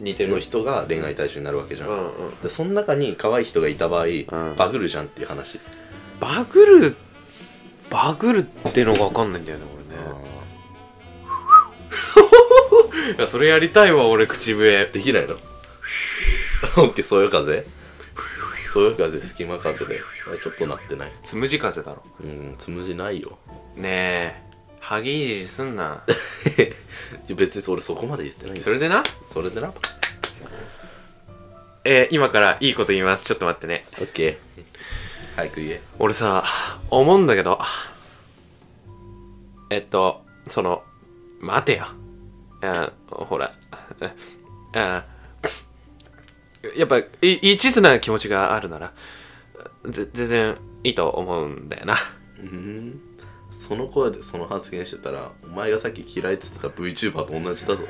似てる
の人が恋愛対象になるわけじゃん、
うんうん
でその中に可愛い人がいた場合、
ん
バグるじゃんっていう話、
バグるバグるってのが分かんないんだよね俺ねいやそれやりたいわ俺口笛
できないの オッケーそよ風そよ風隙間風であれちょっとなってない
つむじ風だろ
うんつむじないよ
ねえハゲいじりすんな
いや別にそれそこまで言ってないよ
それでな
それでなオッ
えー今からいいこと言いますちょっと待ってね
ケー早く言え
俺さ思うんだけどえっとその待てよあほらあやっぱい一途な気持ちがあるならぜ全然いいと思うんだよな
うんその声でその発言してたらお前がさっき嫌いっつってた VTuber と同じだぞ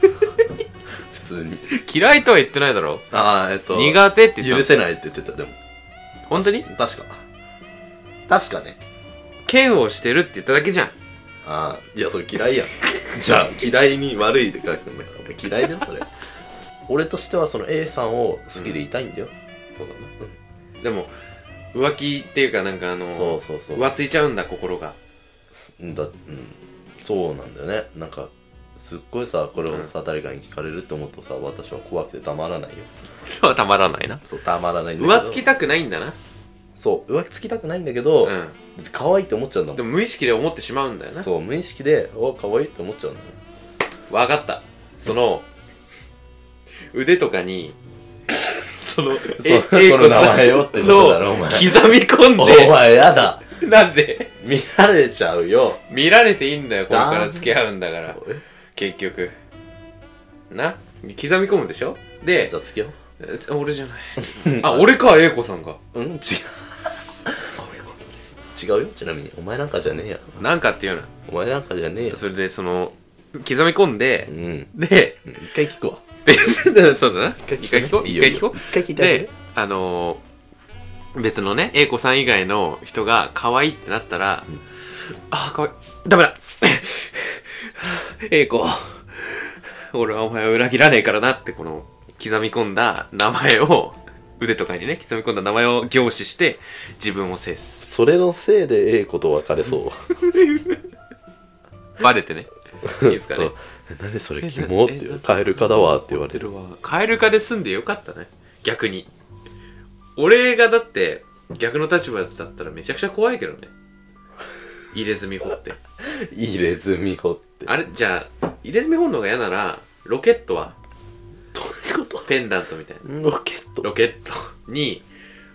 普通に
嫌いとは言ってないだろ
ああえっと
苦手って言った
許せないって言ってたでも
本当に
確か確かね
嫌悪してるって言っただけじゃん
ああいやそれ嫌いやん じゃあ嫌いに悪いで書くんだからもう嫌いだよそ れ俺としてはその A さんを好きでいたいんだよ、
そうだなでも浮気っていうかなんかあの
そうそうそう
浮ついちゃうんだ心が
だうんそうなんだよねなんかすっごいさこれをさ、誰かに聞かれるって思うとさ私は怖くてたまらないよ
そうはたまらないな
そうたまらないんだけど
浮つきたくないんだな
そう浮気つきたくないんだけど、
うん
だって可愛いって思っちゃうんだもん
でも無意識で思ってしまうんだよな
そう無意識でお可愛いって思っちゃうんだよ
わかったその腕とかに そのえ
そう
英
こ
子
の名
さん
前よってことだろお
の
前
刻み込ん
お
で
前やだ
なんで
見られちゃうよ
見られていいんだよこれ
だ
から付き合うんだから結局な刻み込むでしょで
じゃあ付き合
え俺じゃないあ俺か英子さんか
おううん違うそういうことです違うよちなみにお前なんかじゃねえや
なんかっていうな
お前なんかじゃねえよ
それでその刻み込んで
うん
で
うん一回聞くわ
別でそうだな
一回
一回聞こう
いい
一
よ
回聞こう
一回聞いてあげ
で
る、
あのー別のね、英子さん以外の人が可愛いってなったら、ああ、可愛い。ダメだ 英子、俺はお前を裏切らねえからなって、この、刻み込んだ名前を、腕とかにね、刻み込んだ名前を凝視して、自分を制す。
それのせいで A 子と別れそう
バレ てね。いいですかね。
そう何それキモって言うカエル化だわって言われ
俺
る
は、カエル化で住んでよかったね。逆に。俺がだって、逆の立場だったらめちゃくちゃ怖いけど ね。入れ墨掘って。
入れ墨掘って
あれ、じゃあ、入れ墨掘るのが嫌なら、ロケットは、
どういうこ
ペンダントみたいな。
とロケット
ロケットに、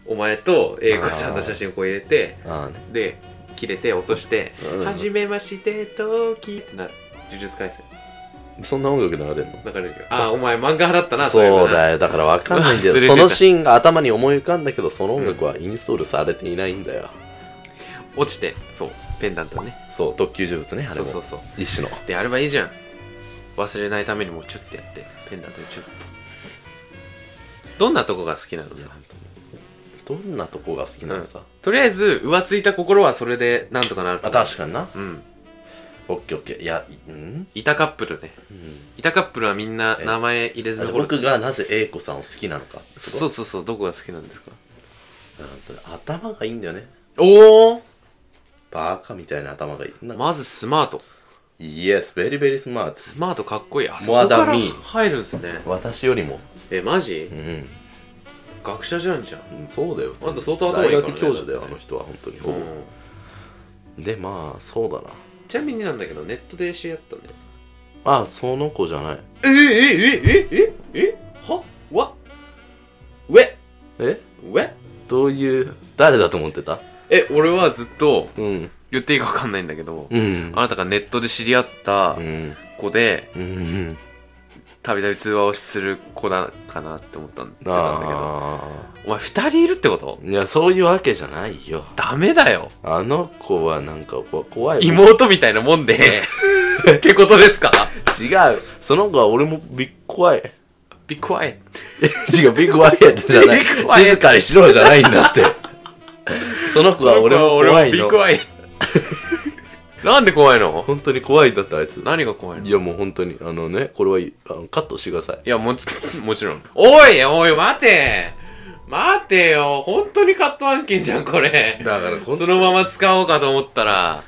お前と英子さんの写真をこう入れて、
ああね
で、切れて落として
う、ん
はじめまして、トーキーってなる。呪術廻戦。
そんな音楽流れるの
わかるよ。ああ、お前漫画派だったな、いえば
そ
な
うだよだからわかんないんだ
忘れ
よ
てた
そのシーンが頭に思い浮かんだけどその音楽はインストールされていないんだよ
落ちて、そう、ペンダントね。
そう特級呪物ねあれ
そうそ
も
うそう。
一種の
でやればいいじゃん忘れないためにもチュッてやってペンダントにチュッてどんなとこが好きなのさ
どんなとこが好きなのさ
とりあえず浮ついた心はそれでなんとかなると
あ
思う
確かにな
うん
オッケーオッケーいやうん
いたカップルね
うん
いたカップルはみんな
え
名前入れず
あ
に
じゃあ僕がなぜ A 子さんを好きなのか
そう
う
そうそうどこが好きなんですか
頭がいいんだよね
おお
バカみたいな頭がいいなんか
まずスマート
Yes very very smart
スマートかっこいいあそ
モア
こか
ダ
ら
ンミー
入るんすね
私よりも
えマジ
うん
学者じゃんじゃん
そうだよ普通に
あんた相当頭いいから
大
ね
学教授だよあの人は本当にほぼ、
うん
でまあそうだな
ちなみになんだけどネットで知り合ったんだよ
あその子じゃない
えええええええはわえ
え
え
どういう誰だと思ってた
え俺はずっと
うん
言っていいか分かんないんだけど、
うん
あなたがネットで知り合った
うん
子で
うん
たびたび通話をする子だかなって思ったんだたんだけど
あ
お前2人いるってこと
あいやそういうわけじゃないよ
ダメだよ
あの子はなんかこ怖いもん
妹みたいなもんでってことですか
違うその子は俺もビッグ 怖い
ビッグワイ
違うビッグワイエットじゃない
ビッグワイエット
静かにしろじゃないんだ ってその子は俺も怖い
ビッ
の
グワイなんで怖いの
本当に怖いんだってあいつ
何が怖いの
いやもう本当にあのねこれはいいあのカットしてください
いや、も ち、もちろん。おいおい、待て待てよ本当にカット案件じゃん、これ。
だからこ
そのまま使おうかと思ったら、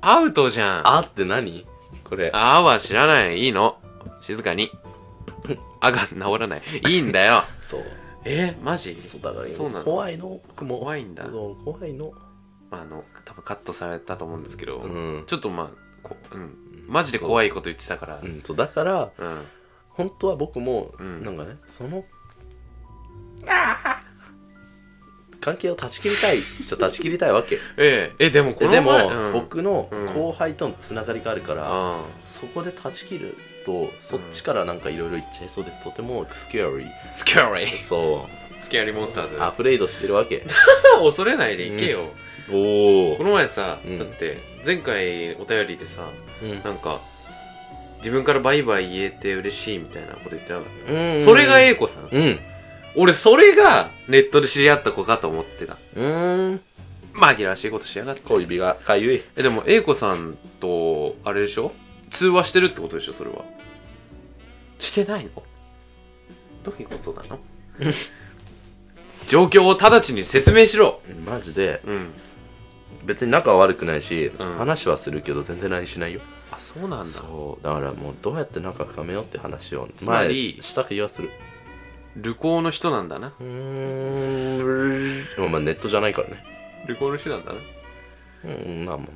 アウトじゃん。あ
あって何これ
あは知らない。いいの。静かに。あが治らない。いいんだ よ。
そう
えーマジ
そうだから
そうなの
怖いの僕も
怖いんだ
そう怖いの
まああの、多分カットされたと思うんですけど、
うん
ちょっとまあ、こう、うん。マジで怖いこと言ってたから
う。んそうだから
うん。
本当は僕も、
うん
なんかねその 関係を断ち切りたいちょっと断ち切りたい わけ
えええ、でもこ
で
の
で
前
も、
うん、
僕の
うん
後輩とのつながりがあるから、
あ
そこで断ち切るとそっちからなんかいろいろいっちゃいそうでとてもスケアリー
あ。スキャリー。
そ
スキャリーモンスターズ
う。アフレイドしてるわけ
恐れないでいけよ。
お
この前さ、
うん
だって前回お便りでさ
うん
なんか自分からバイバイ言えて嬉しいみたいなこと言ってなかった、
うん
それが A 子さん、
うん
俺それがネットで知り合った子かと思ってた
うーん
紛らわしいことしやがって
小指がかゆい
えでも A 子さんとあれでしょ通話してるってことでしょそれはしてないのどういうことなの状況を直ちに説明しろ
マジで
うん
別に仲は悪くないし、
ん
話はするけど全然 LINE しないよ
あそうなんだ
そうだからもうどうやって仲深めようって話を
つまり
前した気がする
旅行の人なんだな
うーんでもまあネットじゃないからね
旅行の人なんだな
うんまあまあ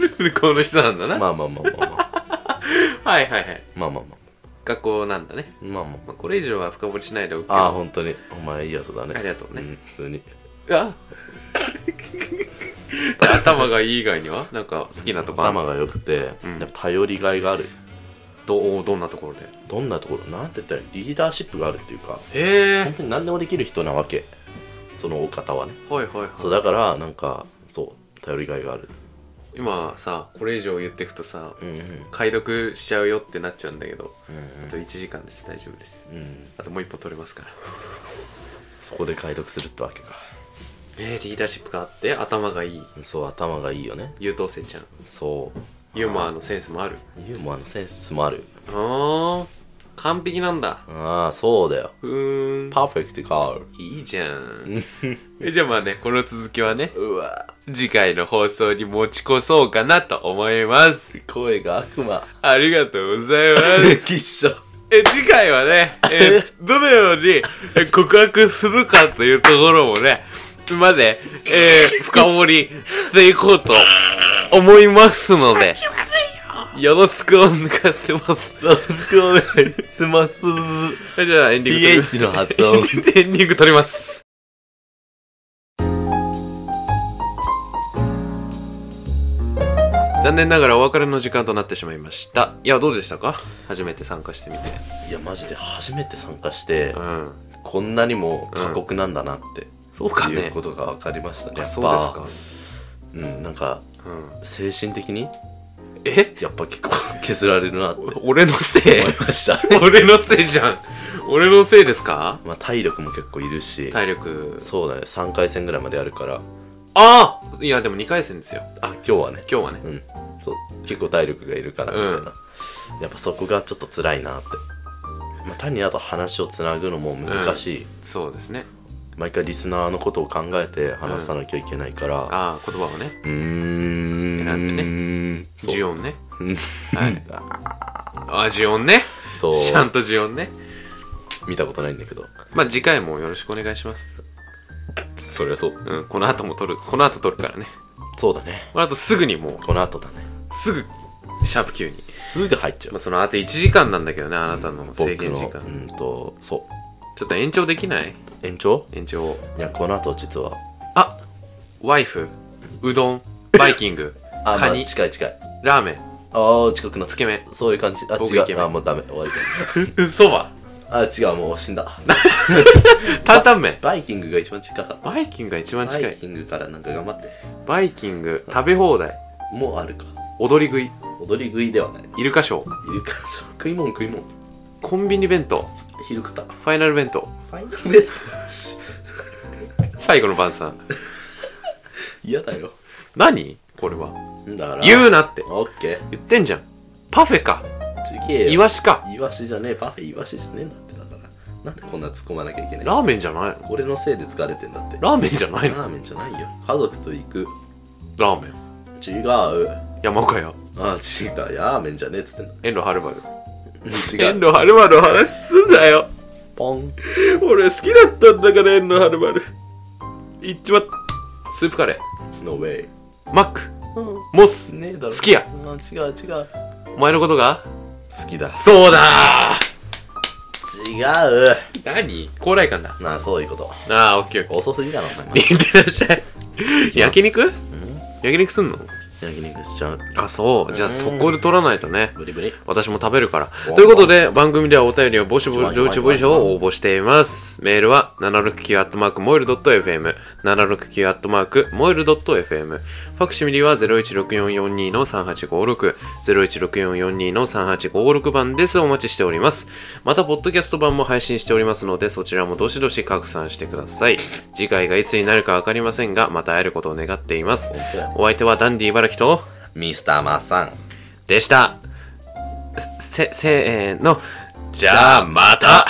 ま
旅行の人なんだな、
あまあまあまあまあまあ
はいはいはい
まあまあまあ
学校なんだね、
まあま
まあ、これ以上は深掘りしないでおくけ
あああ
ど
本当にお前いいやつだね
ありがとうね
ん普通に
あじゃあ頭がいい以外にはなんか好きなとこある
頭が良くて、
う
や
ん
っぱ頼りがいがある
どおどんなところで
どんなところなんて言ったらいいリーダーシップがあるっていうか
へ
本当に何でもできる人なわけそのお方はね
はいはいはい
そうだからなんかそう頼りがいがある
今さこれ以上言ってくとさ
うんうん
解読しちゃうよってなっちゃうんだけど
うん
あと1時間です大丈夫です
うん
あともう一本取れますから
そこで解読するってわけか
えー、リーダーシップがあって頭がいい
そう頭がいいよね
優等生ちゃん
そう
ユーモアのセンスもある
ユーモアのセンスもある
あー完璧なんだ
ああそうだよ
うーん
パーフェクトガール
いいじゃん えじゃあまあねこの続きはね
うわ
次回の放送に持ち越そうかなと思います
声が悪魔
ありがとうござい ます
きっしょ
え、次回はね、えーどのようにえー告白するかというところもね、まで、えー深掘りしていこうと思いますの で、よろしくお願いします。
よろしくお願いします
じゃあエンディング
TH の発音
取ります。エンディング取ります。残念ながらお別れの時間となってしまいました。いや、どうでしたか初めて参加してみて。
いやマジで初めて参加して
うん。
こんなにも過酷なんだなって、
そうかね
いうことが分かりましたね
あ
やっ
そうです
ぱ
か。
うんなんか
うん、
精神的に
え
やっぱ結構削られるなって思い
俺のせい
ました
俺のせいじゃん俺のせいですか
まあ体力も結構いるし
体力
そうだね3回戦ぐらいまでやるから
ああいやでも2回戦ですよ
あ今日はね
今日はね
うんそう結構体力がいるからみたいな、やっぱそこがちょっと辛いなって、まあ、単にあと話をつなぐのも難しい、
そうですね
毎回リスナーのことを考えて話さなきゃいけないから、
ああ言葉をね
うーん
選んで
ねそう
ジオンね
うん
はいあジオンね
そう
ちゃんとジオンね
見たことないんだけど
まあ次回もよろしくお願いします
そりゃそう
うんこの後も撮るこの後撮るからね
そうだね
この後すぐにも
この後だね
うすぐシャープ Q に、
すぐ入っちゃ
まあ、
う
そのあと1時間なんだけどねあなたの
僕の
制限時間
うんとそ
ちょっと延長できないう
延長
延長
いやこの後実は
あワイフうどんバイキング
あ
カ
ま
ニ
あ、近い近い
ラーメン
ああ近くな
つ け麺
そういう感じあ
僕
違
イケ
う
メン
あもうダメ終わり
そば
あ違うもう死んだ
担々麺
バイキングが一番近かった
バイキングが一番
バ
近
イ
い
キングからなんか頑張って
バイキング食べ放題
もうあるか
踊り食い
踊り食いではない
イルカショー
いるか食いもん食いもん
コンビニ弁当
昼食ったフ
ファイナル弁当
ァイナルベッドし
最後の晩餐
嫌だよ
何これは
だから
言うなって
オッケー
言ってんじゃんパフェか
ちげえ
イ
よ
ワシか
イワシじゃねえパフェイワシじゃねえんだってだからなんでこんな突っ込まなきゃいけない
ラーメンじゃないの
俺のせいで疲れてんだって
ラーメンじゃないの
ラーメンじゃないよ家族と行く
ラーメン
違う
山岡屋
あ違うラーメンじゃねえっつってんだ
遠路はるばる
違
遠
う
路はるばるの話すんだよ
ポン
俺好きだったんだから遠路はるばるいっちまっスープカレ
ノーウェイ
ーマックモス
ねえだろ
好きや
あ違う違う
お前のことが
好きだ
そうだ
違う
ー何高麗館だ
まあそういうこと
ああオッケーオッケ
遅すぎだろお前
ーいってらっしゃい焼肉焼肉すんの
焼肉しちゃう
あそうじゃあそこで取らないとね
ブリブリ
私も食べるから
わんわん
ということで番組ではお便りを募集募
わんわんわんわん
集募集を応募していますメールは 769-moil.fm 769-moil.fm ファクシミリは016442の3856 016442の3856番ですお待ちしておりますまたポッドキャスト版も配信しておりますのでそちらもどしどし拡散してください次回がいつになるかわかりませんがまた会えることを願っていますお相手はダンディ茨城と
ミスターマッサン
でした。せ、せーの。じゃあ、また